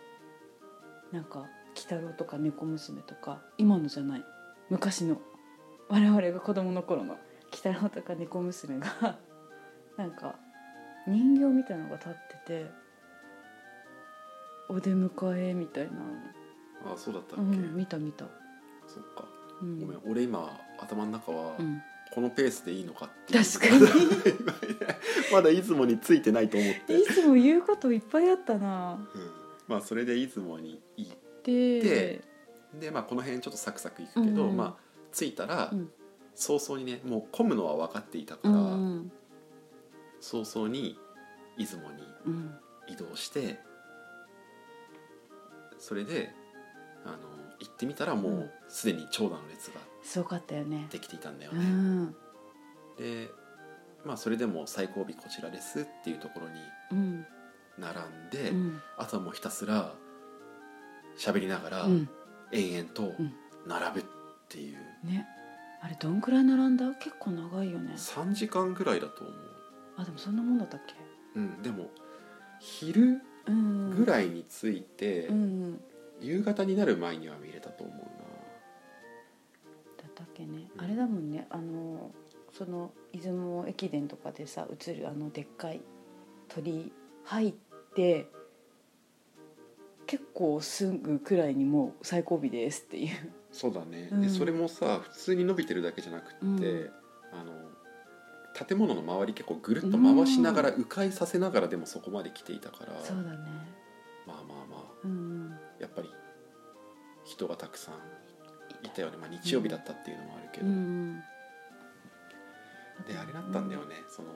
なんか鬼太郎とか猫娘とか今のじゃない昔の我々が子供の頃の鬼太郎とか猫娘が なんか人形みたいなのが立っててお出迎えみたいなあそうだったっうけ、ん見た見た、そっかうん、ごめん俺今頭の中はうん、このペースでいいのかっていう確かに まだ出雲についてないと思って、いつも言うこといっぱいあったなうんまあそれで出雲に行っでででまあこの辺ちょっとサクサクいくけど、うんうんまあ着いたらうん早々にねもう混むのは分かっていたかうら、んうん早々に出雲にうん移動してそれであの行ってみたらもううんすでに長蛇の列がすごかったよねできていたんだようね。んでまあそれでも最後尾こちらですっていうところにうん並んで、うんあとはもうひたすら喋りながらうん延々とうん並ぶっていう、ねあれどんくらい並んだ結構長いよね3時間ぐらいだと思う、あでもそんなもんだったっけうん、でも昼うんぐいらいに着いて、うんうんだ夕方になる前には見れたと思うなったっけねうんあれだもんねあのその出雲駅伝とかでさ映るあのでっかい鳥入って結構すぐくらいにもう最後尾ですっていうそうだね、うんでそれもさ普通に伸びてるだけじゃなくって、うんあの建物の周り結構ぐるっと回しながら、う迂回させながらでもそこまで来ていたからそうだねまあまあまうんうんあやっぱり人がたくさんいたよね、まあ、日曜日だったっていうのもあるけうど、んうんであれだったんだよね、その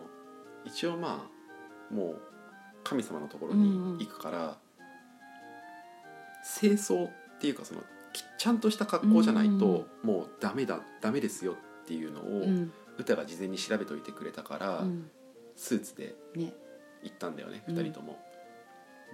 一応まあもう神様のところうんうんに行くから、清掃っていうかそのきちゃんとした格好じゃないと、もうダメだダメですよっていうのを、うん歌が事前に調べといてくれたから、うんスーツでね行ったんだよね、うん2人とも。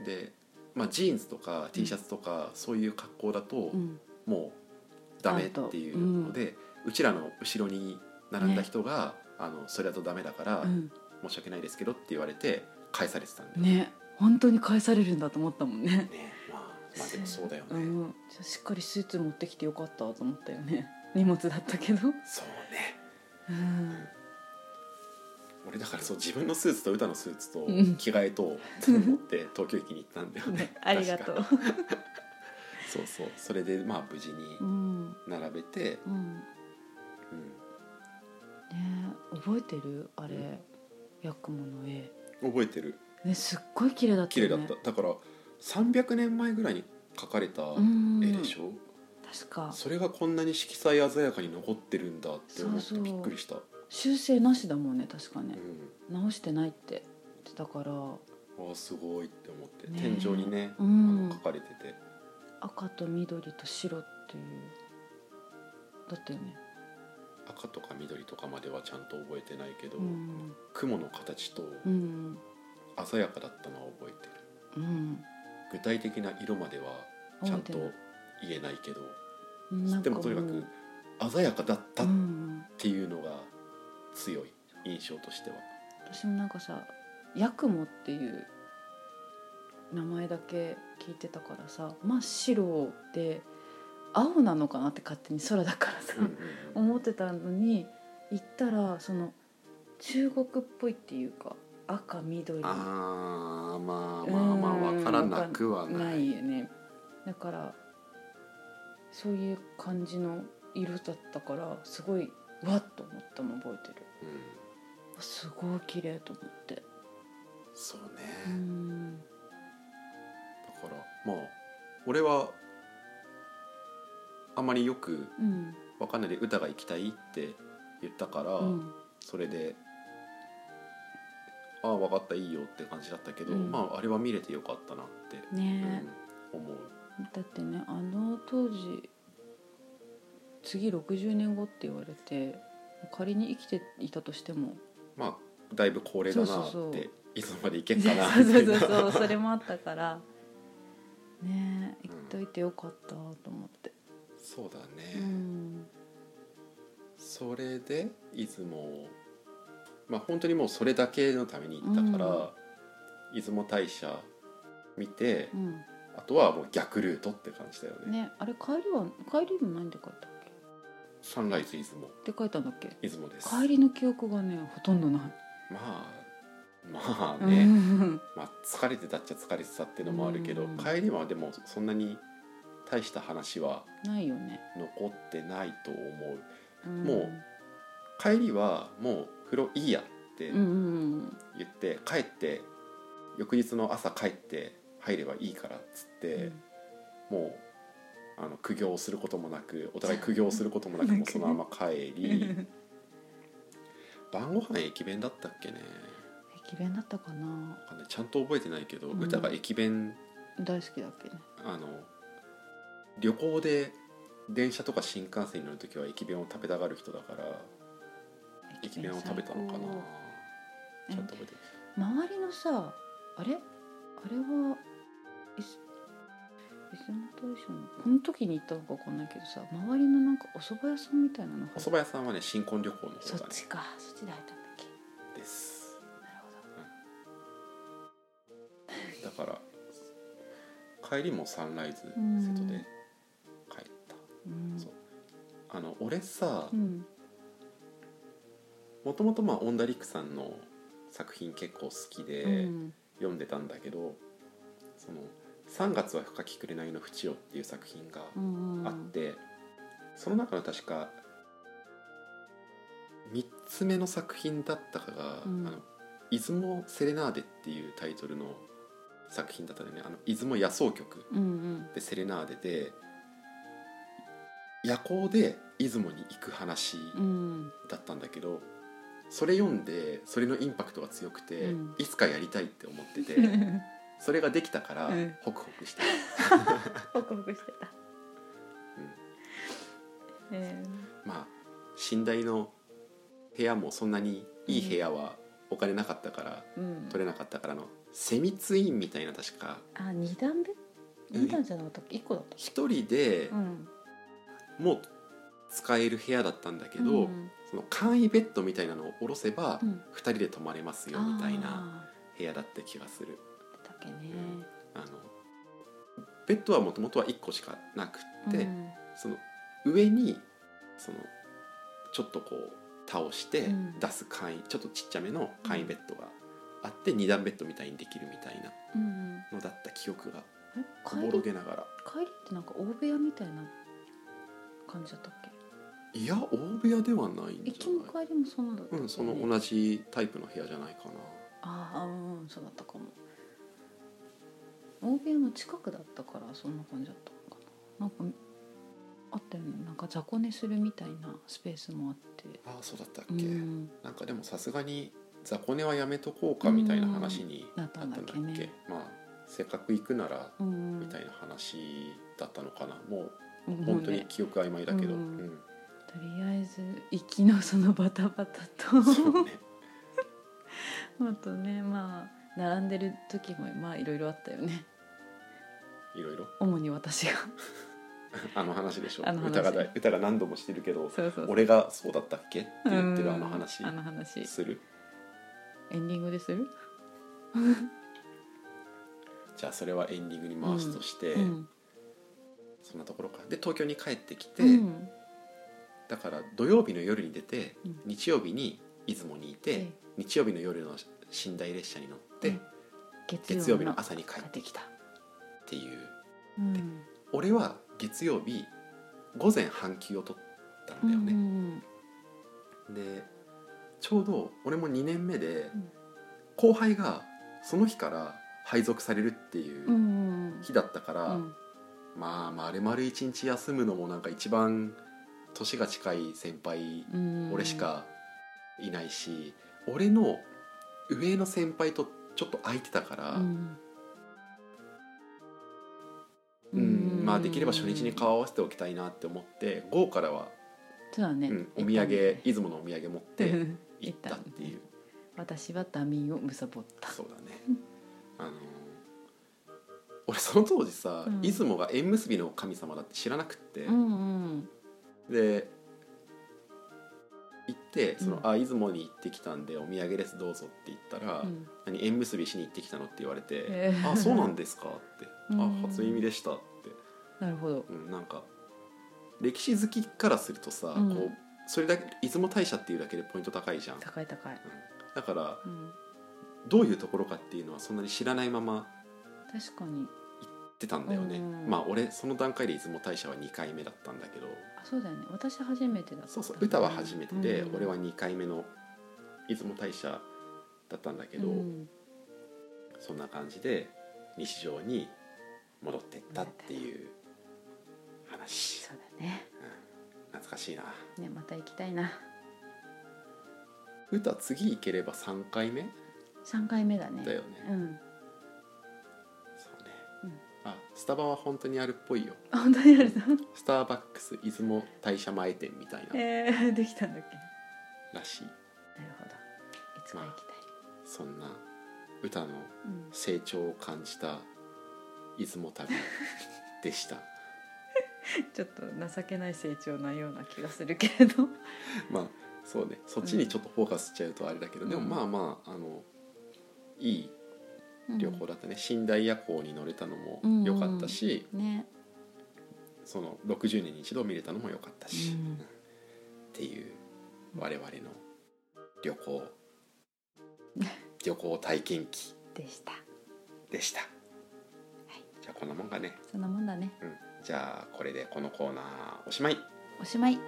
で、まあ、ジーンズとか T シャツとか、そういう格好だと、うんもうダメっていうので、うちらの後ろに並んだ人が「あのそれだとダメだから、うん申し訳ないですけど」って言われて返されてたんだよね。ね本当に返されるんだと思ったもんねねまあ、まあでもそうだよね。うん、じゃあしっかりスーツ持ってきてよかったと思ったよね 荷物だったけど、そうねうん、俺だからそう自分のスーツと歌のスーツとうん着替えと持って東京駅に行ったんだよね。ね ありがとう確か。そうそうそれでまあ無事にうん並べて、うんねえ覚えてるあれ、うヤクモの絵うん覚えてるねすっごい綺麗だった綺麗よだねっただから300年前ぐらいに描かれたうん絵でしょ、確かそれがこんなに色彩鮮やかに残ってるんだって思っそてうそうびっくりした修正なしだもんね確かねうん直してないって言ってたからわあすごいって思って、ねえ天井にね、うあんの描かれてて赤と緑と白っていうだったよね赤とか緑とかまではちゃんと覚えてないけど、うん雲の形とうん鮮やかだったのは覚えてるうん具体的な色まではちゃんと覚言えないけどえてないなんでもとにかうく鮮やかだったっうんていうのが強い印象としては、私もなんかさ「ヤクモ」っていう名前だけ聞いてたからさ真っ白で青なのかなって勝手に空だからさ、うん思ってたのに行ったらその中国っぽいっていうか赤緑あーまあまあまあうんわからなくはないないよねだからそういう感じの色だったからすごいわっと思ったの覚えてるうん、すごい綺麗と思ってそううね、んだからまあ俺はあまりよくうんわかんないで歌が行きたいって言ったから、うんそれで「ああ分かったいいよ」って感じだったけど、うんまああれは見れてよかったなって、ねうん思う。えだってねあの当時次60年後って言われて仮に生きていたとしてもまあだいぶ高齢だなってそうそうそういつまでいけそんかなう そうそうみたいそなうそれもあったからねえう行んっといてよかったと思ってそうだね、うんそれで出雲をまあ本当にもうそれだけのために行ったから、出雲大社見て、うんあとはもう逆ルートって感じだよねねあれ帰りは帰りもないんで書いたっけサンライズ出雲って書いたんだっけ出雲です帰りの記憶がねほとんどなまあまあい、ね、うんまあ、疲れてたっちゃ疲れてたっていうのもあるけど、うん帰りはでもそんなに大した話はないよね、残ってないと思うんもう帰りはもう風呂いいやってうんうん言って、帰って翌日の朝帰って入ればいいからっつって、うんもうあの苦行をすることもなくお互い苦行をすることも なくもうそのまま帰り晩ご飯駅弁だったっけね駅弁だったかなわかんないちゃんと覚えてないけど、うん歌が駅弁大好きだっけねあの旅行で電車とか新幹線に乗る時は駅弁を食べたがる人だから駅弁を食べたのかなちゃんと覚えてる周りのさあれあれはいす出雲大社のこの時に行ったのか分かんないけどさ周りのなんかお蕎麦屋さんみたいなのがお蕎麦屋さんはね新婚旅行のそ方っだねちかそっちで入ったんだっけですなるほどだから帰りもサンライズうん瀬戸で帰ったうんそうあの俺さうんもともとまあオンダリックさんの作品結構好きで、うん読んでたんだけどその「3月は深き紅の淵を」っていう作品がうんうんあって、その中の確か3つ目の作品だったかが「うんあの出雲セレナーデ」っていうタイトルの作品だったんだよね「あの出雲野草曲うんうん」で「セレナーデで」夜行で出雲に行く話うんだったんだけど、それ読んでそれのインパクトが強くて、うんいつかやりたいって思ってて。 それができたから、うんホクホクしてるホクホクしてた。えまあ寝台の部屋もそんなにいい部屋はお金なかったから、えうん。取れなかったからあのセミツインみたいな確かあ、二段目。うん二段じゃなかったっけ、一個だったっ一人でけ。ん。もう使える部屋だったんだけど、うんその簡易ベッドみたいなのを下ろせば、う二ん人で泊まれますよみたいあな部屋だった気がするー。だっけね。あのベッドはもともとは1個しかなくって、うんその上にそのちょっとこう倒してうん出す簡易、ちょっとちっちゃめの簡易ベッドがあって二段ベッドみたいにできるみたいなうんうん。えのだった記憶がおぼ帰ろり。げながら帰りってなんか大部屋みたいな。感じだったっけ。いや大部屋ではないんじ行きもゃない帰りもそんなだったっけうね。んその同じタイプの部屋じゃないかなああうんそうだったかも大部屋の近くだったからそんな感じだったのかななんかあったよねなんか雑魚寝するみたいなスペースもあってああそうだったっうけ、んなんかでもさすがに雑魚寝はやめとこうかみたいな話にうんななっったたんんだだっっけけ、ねまあせっかく行くならうんみたいな話だったのかな、もうもう本当にね記憶曖昧だけど、うんうんとりあえず行きのそのバタバタとそうねあとねまあ並んでる時もまあいろいろあったよねいろいろ主に私があの話でしょあの話歌がだ歌が何度もしてるけどそうそうそう俺がそうだったっけって言ってるあの話うんあの話するエンディングでする、じゃあそれはエンディングに回すとして、うんそんなところかで東京に帰ってきて、うんだから土曜日の夜に出て、うん日曜日に出雲にいて、ええ日曜日の夜の寝台列車に乗って、うん月月曜日の朝に帰ってきたっていううん俺は月曜日午前半休を取ったんだようね、んでちょうど俺も2年目で、うん後輩がその日から配属されるっていうんううんうん日だったから、うんまあ丸々一日休むのもなんか一番年が近い先輩うん俺しかいないし、俺の上の先輩とちょっと空いてたから、うんうんまあ、できれば初日に顔を合わせておきたいなって思って午後からは、そうだね、うん、お土産、出雲のお土産持っ行ったてね行ったっていう 私はダミーをむさぼったそうだねあのー俺その当時さ、うん出雲が縁結びの神様だって知らなくって、うんうんで行ってその、うんあ出雲に行ってきたんでお土産ですどうぞって言ったら、うん何縁結びしに行ってきたのって言われて「えーあそうなんですか」って「うあん初耳でした」って、なるほどうん、なんか歴史好きからするとさ、うんこうそれだけ出雲大社っていうだけでポイント高いじゃん高い高い、だからうん、どういうところかっていうのはそんなに知らないまま確かに行ってたんだよね、うんまあ俺その段階で出雲大社は2回目だったんだけどあそうだよね私初めてだったそうそう歌は初めてで、うん俺は2回目の出雲大社だったんだけど、うんそんな感じで日常に戻ってったっていう話そうだね懐かしいなねまた行きたいな歌次行ければ3回目三回目だねだよねうんそうね、うんあスタバは本当にあるっぽいよあ本当にやるぞスターバックス出雲大社前店みたいなえー、できたんだっけらしいなるほどいつか行きたい、そんな歌のうん成長を感じた出雲旅 でしたちょっと情けない成長なような気がするけれ どまあそうねそっちにちょっとフォーカスしちゃうとあれだけど、でもうんまあまああのいい旅行だったね、寝台夜行に乗れたのも良かったし、ねその60年に一度見れたのも良かったし、うんっていう我々の旅 行旅行体験記でしたでした、じゃあこんなもんかね、そんなもんだねうん、じゃあこれでこのコーナーおしまいおしまい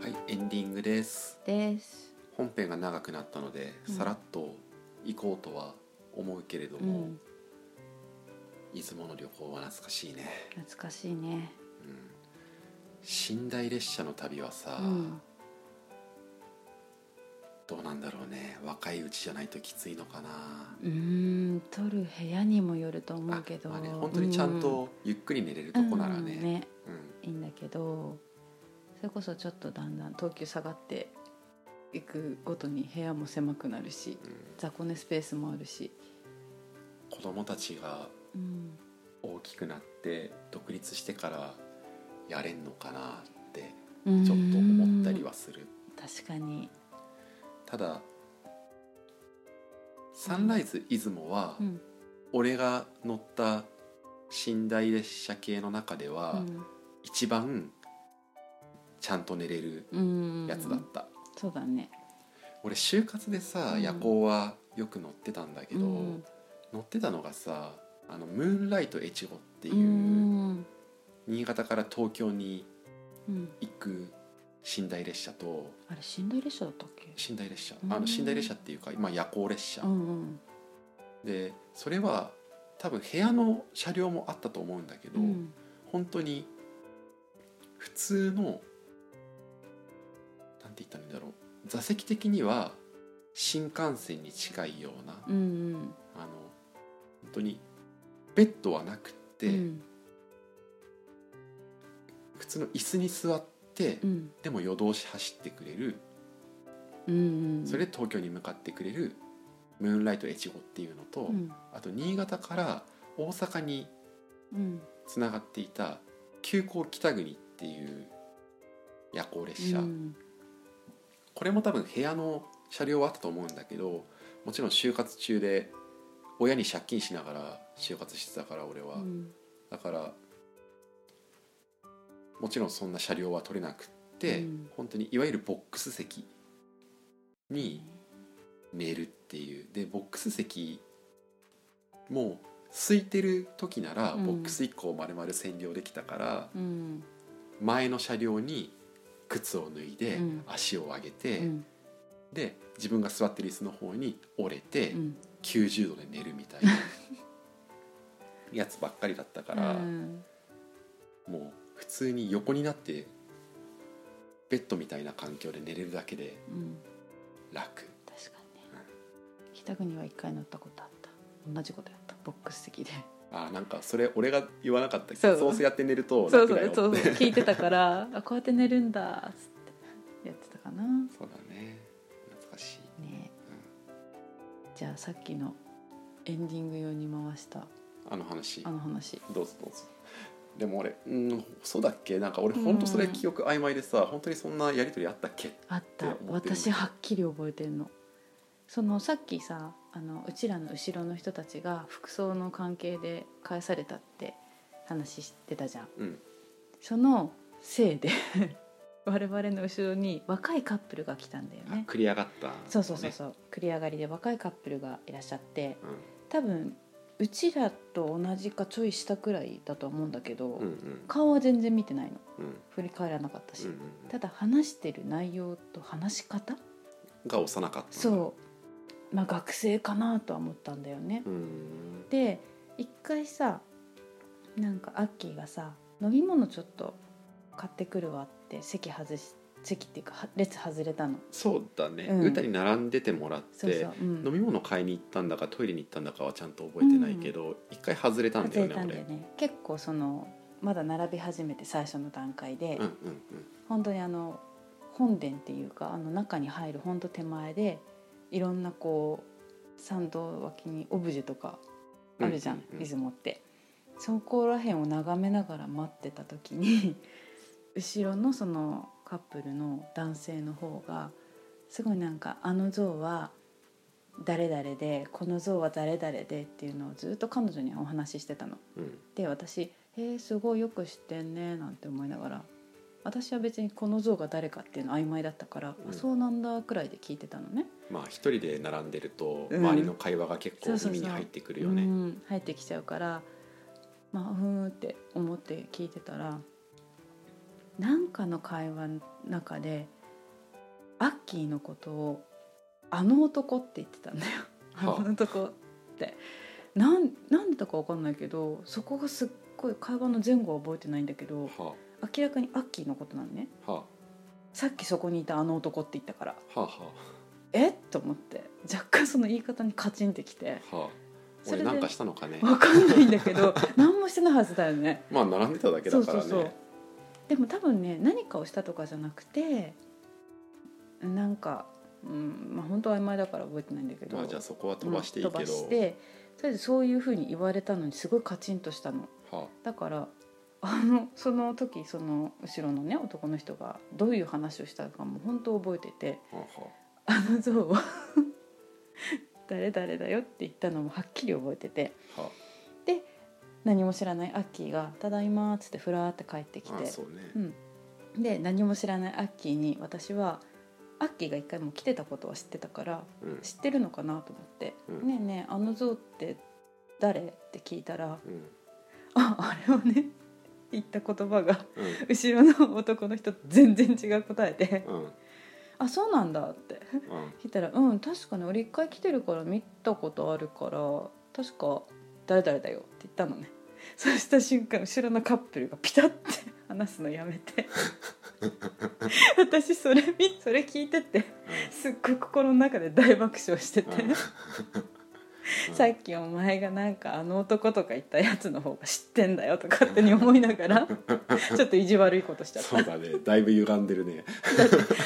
はいエンディングですです本編が長くなったので、うんさらっと行こうとは思うけれどうも、ん出雲の旅行は懐かしいね、懐かしいねうん、寝台列車の旅はさ、うんどうなんだろうね若いうちじゃないときついのかなうーん取る部屋にもよると思あうけど、まあね、本当にちゃんとゆっくり寝れるとこならうねん,、ねうんいいんだけどそれこそちょっとだんだん等級下がっていくごとに部屋も狭くなるしうん雑魚寝スペースもあるし、子供たちがうん、大きくなって独立してからやれんのかなってちょちょっと思ったりはする、確かに、ただサンライズ出雲は、うん俺が乗った寝台列車系の中でうは、ん一番ちゃんと寝れるうんやつだった、そうだね俺就活でさ、うん夜行はよく乗ってたんだけうど、ん乗ってたのがさあのムーンライト越後っていうう、ん新潟から東京にうん行く寝台列車とあれ寝台列車だったっけ寝台列車、うんあの寝台列車っていうか、まあ、夜行列車、うんうんでそれは多分部屋の車両もあったと思うんだけど、うん本当に普通のなんて言ったらいいんだろう座席的には新幹線に近いような、うんあの本当にベッドはなくって、うん普通の椅子に座って、うんでも夜通し走ってくれる、うんうんそれで東京に向かってくれるムーンライト越後っていうのと、うんあと新潟から大阪にうんつながっていた急行北国っていう夜行列車、うんこれも多分部屋の車両はあったと思うんだけどもちろん就活中で親に借金しながら就活してたから俺は、うんだからもちろんそんな車両は取れなくって、うん本当にいわゆるボックス席に寝るっていうでボックス席もう空いてる時なら、うんボックス1個を丸々占領できたからうん前の車両に靴を脱いで、うん足を上げて、うんで自分が座ってる椅子の方に折れて、うん90度で寝るみたいなやつばっかりだったから。うんもう普通に横になってベッドみたいな環境で寝れるだけでうん楽確かにね北国は一回乗ったことあった同じことやったボックス席であーなんかそれ俺が言わなかったけどそそううせやって寝るとそう楽そだうよそうってそう聞いてたからあこうやって寝るんだっつってやってたかなそうだね懐かしいねじゃあさっきのエンディング用に回したあの話あの話どうぞどうぞでも俺うんそうだっけなんか俺ほんとそれ記憶曖昧でさ、本当にそんなやり取りあったっけあったって思ってる私はっきり覚えてんのそのさっきさあのうちらの後ろの人たちが服装の関係で返されたって話してたじゃんうんそのせいで 我々の後ろに若いカップルが来たんだよあね繰り上がった、そうそうそうねそう繰り上がりで若いカップルがいらっしゃってうん多分うちらと同じかちょい下くらいだと思うんだけど、うん顔は全然見てないのうんうん振り返らなかったし、うんうんただ話してる内容と話し方、が幼かったんだそうまあ学生かなとは思ったんだよね、うんで一回さなんかアッキーがさ飲み物ちょっと買ってくるわって席外し席っていうかは列外れたのそうだね、うん歌に並んでてもらってそうそう、うん、飲み物買いに行ったんだかトイレに行ったんだかはちゃんと覚えてないけど、一回外れたんだ外れよねたんだよね結構そのまだ並び始めて最初の段階で、俺。うんうん本当にあの本殿っていうかあの中に入る本当手前でいろんなこう参道脇にオブジェとかあるじゃん、うんうんうん出雲ってそこら辺を眺めながら待ってた時に 後ろのそのカップルの男性の方がすごいなんかあの像は誰々でこの像は誰々でっていうのをずっと彼女にお話ししてたの。うんうんで私「えー、すごいよく知ってんね」なんて思いながら私は別にこの像が誰かっていうの曖昧だったから、うんあそうなんだくらいで聞いてたのね。まあ一人で並んでるとうん周りの会話が結構そうそうそう耳に入ってくるよね。ううんん入ってきちゃうからまあふーんって思って聞いてたらなんかの会話の中でアッキーのことを「あの男」って言ってたんだよ。はあの男ってなんなんでだかわかんないけどそこがすっごい会話の前後は覚えてないんだけど。は明らかにアッキーのことなのねあはさっきそこにいたあの男って言ったからあはあはえっと思って若干その言い方にカチンってきてあはあ。それで俺なんかしたのかね。わかんないんだけど 何もしてないはずだよねまあ並んでただけだからね。そうそうそうでも多分ね何かをしたとかじゃなくてなんかうんまあ本当曖昧だから覚えてないんだけど、まあじゃあそこは飛ばしていいけど。うん飛ばしてとりあえずそういうふうに言われたのにすごいカチンとしたのはだからあのその時その後ろのね男の人がどういう話をしたのかも本当覚えててあはあはあの像は誰々だよって言ったのもはっきり覚えててあは何も知らないアッキーが「ただいま」っつってふらーって帰ってきあ。あてそうね。うんで何も知らないアッキーに私はアッキーが一回もう来てたことは知ってたからうん知ってるのかなと思って「うんねえねえあの像って誰?」って聞いたらうんああれをね言った言葉がうん後ろの男の人と全然違う答えでうん「あそうなんだ」ってうん聞いたら「うん確かに俺一回来てるから見たことあるから確か誰々だよ」って言ったのね そうした瞬間後ろのカップルがピタッて話すのやめて 私それ見それ聞いててすっごい心の中で大爆笑してて、 うんさっきお前がなんかあの男とか言ったやつの方が知ってんだよとか勝手に思いなが らちょっと意地悪いことしちゃったそうだねだいぶ歪んでるね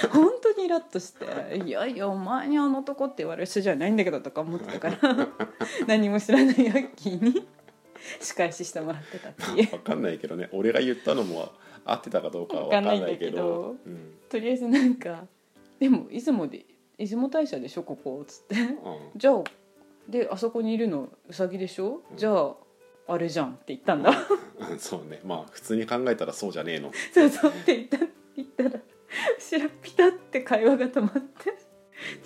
本当にイラッとして「いやいやお前にあの男って言われる人じゃないんだけど」とか思ってたから何も知らないヤッキーに仕返ししてもらってたって いう分かんないけどね俺が言ったのも合ってたかどうかは分かんないけどわとりあえずなんか「でも出雲で出雲大社でしょここ」っつってうん「じゃあであそこにいるのウサギでしょうんじゃああれじゃん」って言ったんだうん、そうねまあ普通に考えたらそうじゃねえの そうそうって言った言ったら後ろピタって会話が止まって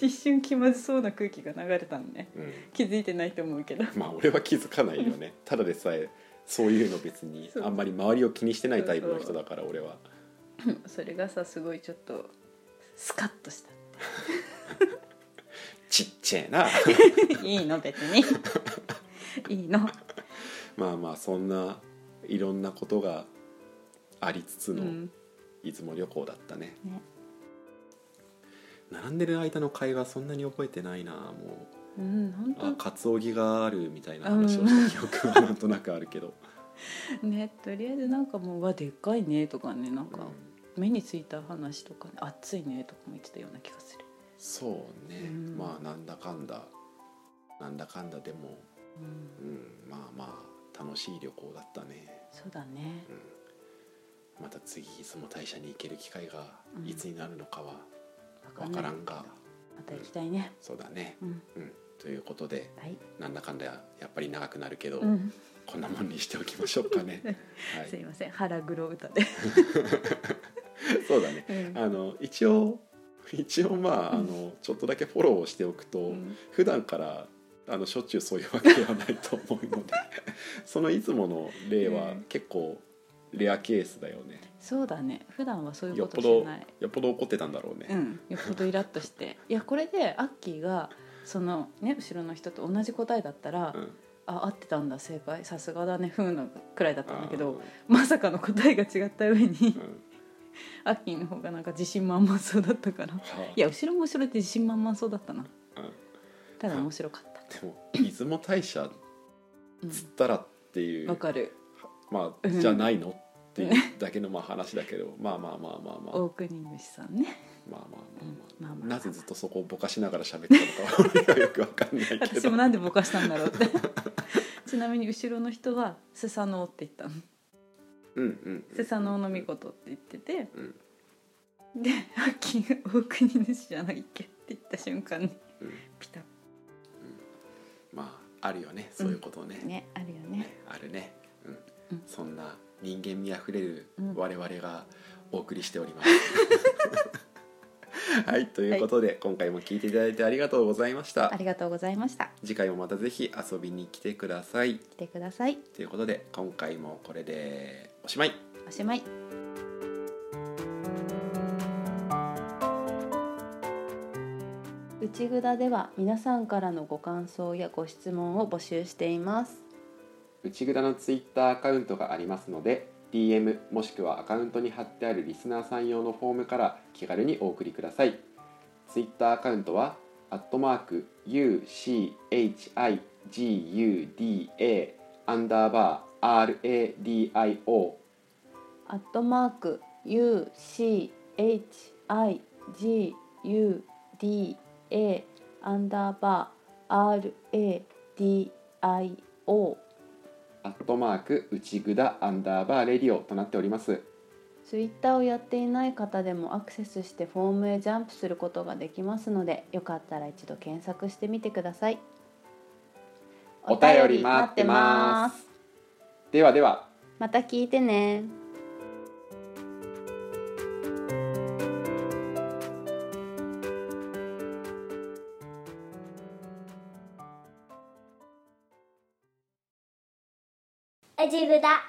一瞬気まずそうな空気が流れたのねうん気づいてないと思うけど。まあ俺は気づかない よねただでさえそういうの別にそうあんまり周りを気にしてないタイプの人だから俺はそれがさすごいちょっとスカッとしたちっちゃい な いいの別 にいいの、まあまあそんないろんなことがありつつうのん、出雲旅行だったね,、ね並んでる間の会話そんなに覚えてないなもうんうあ本かつおぎがあるみたいな話をした記憶はなんとなくあるけど、当ねとりあえずなんかもう「うわでっかいね」とかねなんうかん目についた話とか、ね「熱いね」とかも言ってたような気がする、そうね、うんまあなんだかんだなんだかんだでも、うん、うん、まあまあ楽しい旅行だったね、そうだねうん、また次出雲大社に行ける機会がうんいつになるのかはわ分からんが、また行きたいねそうだね、うんうん、ということではい、なんだかんだやっぱり長くなるけど、うん、こんなもんにしておきましょうか ねはすいいません腹黒歌で、そうだねうんあの一応一応まああうんのちょっとだけフォローをしておくと、うん普段からあのしょっちゅうそういうわけではないと思うので そのいつもの例はうん結構レアケースだよねそうだね普段はそういうよこっとぽしどないよっぽど怒ってたんだろううね、ん、よっぽどイラッとしていやこれでアッキーがそのね後ろの人と同じ答えだったら、うんあ合ってたんだ正解さすがだねふうのくらいだったんだけどあまさかの答えが違った上にーうんアッキーの方がなんか自信満々そうだったからはいや後ろも後ろって自信満々そうだったなうんただ面白かったでも出雲大社うんつったらっていう、わかるまうあんじゃないのっていうだけのまあ話だけどまあまあまあまあまあオープニング師さんねまあまあまあまあままああなぜずっとそこをぼかしながら喋ってたのかはよくわかんないけど私もなんでぼかしたんだろうって ちなみに後ろの人は「スサノオ」って言ったのうんうん「スサノオの御事」って言っててうんで「アッキーが大国主じゃないっけ?」って言った瞬間にうんピタッまああるよねそういうことね、ねあるよねあるね、うんうんそんな人間味あふれるうん我々がお送りしております、 はいということで、今回も聞いていただいてありがとうございましたありがとうございました次回もまたぜひ遊びに来てください来てくださいということで今回もこれでおしまいおしまい内蔵では皆さんからのご感想やご質問を募集しています内蔵のツイッターアカウントがありますので DM もしくはアカウントに貼ってあるリスナーさん用のフォームから気軽にお送りくださいツイッターアカウントは「アットマーク #UCHIGUDA アンダーバー RADIO」アットマーク U C H I G U D A アンダーバー R A D I O アットマーク内蔵アンダーバーレディオとなっておりますツイッターをやっていない方でもアクセスしてフォームへジャンプすることができますのでよかったら一度検索してみてくださいお便り待ってますではではまた聞いてねジブだ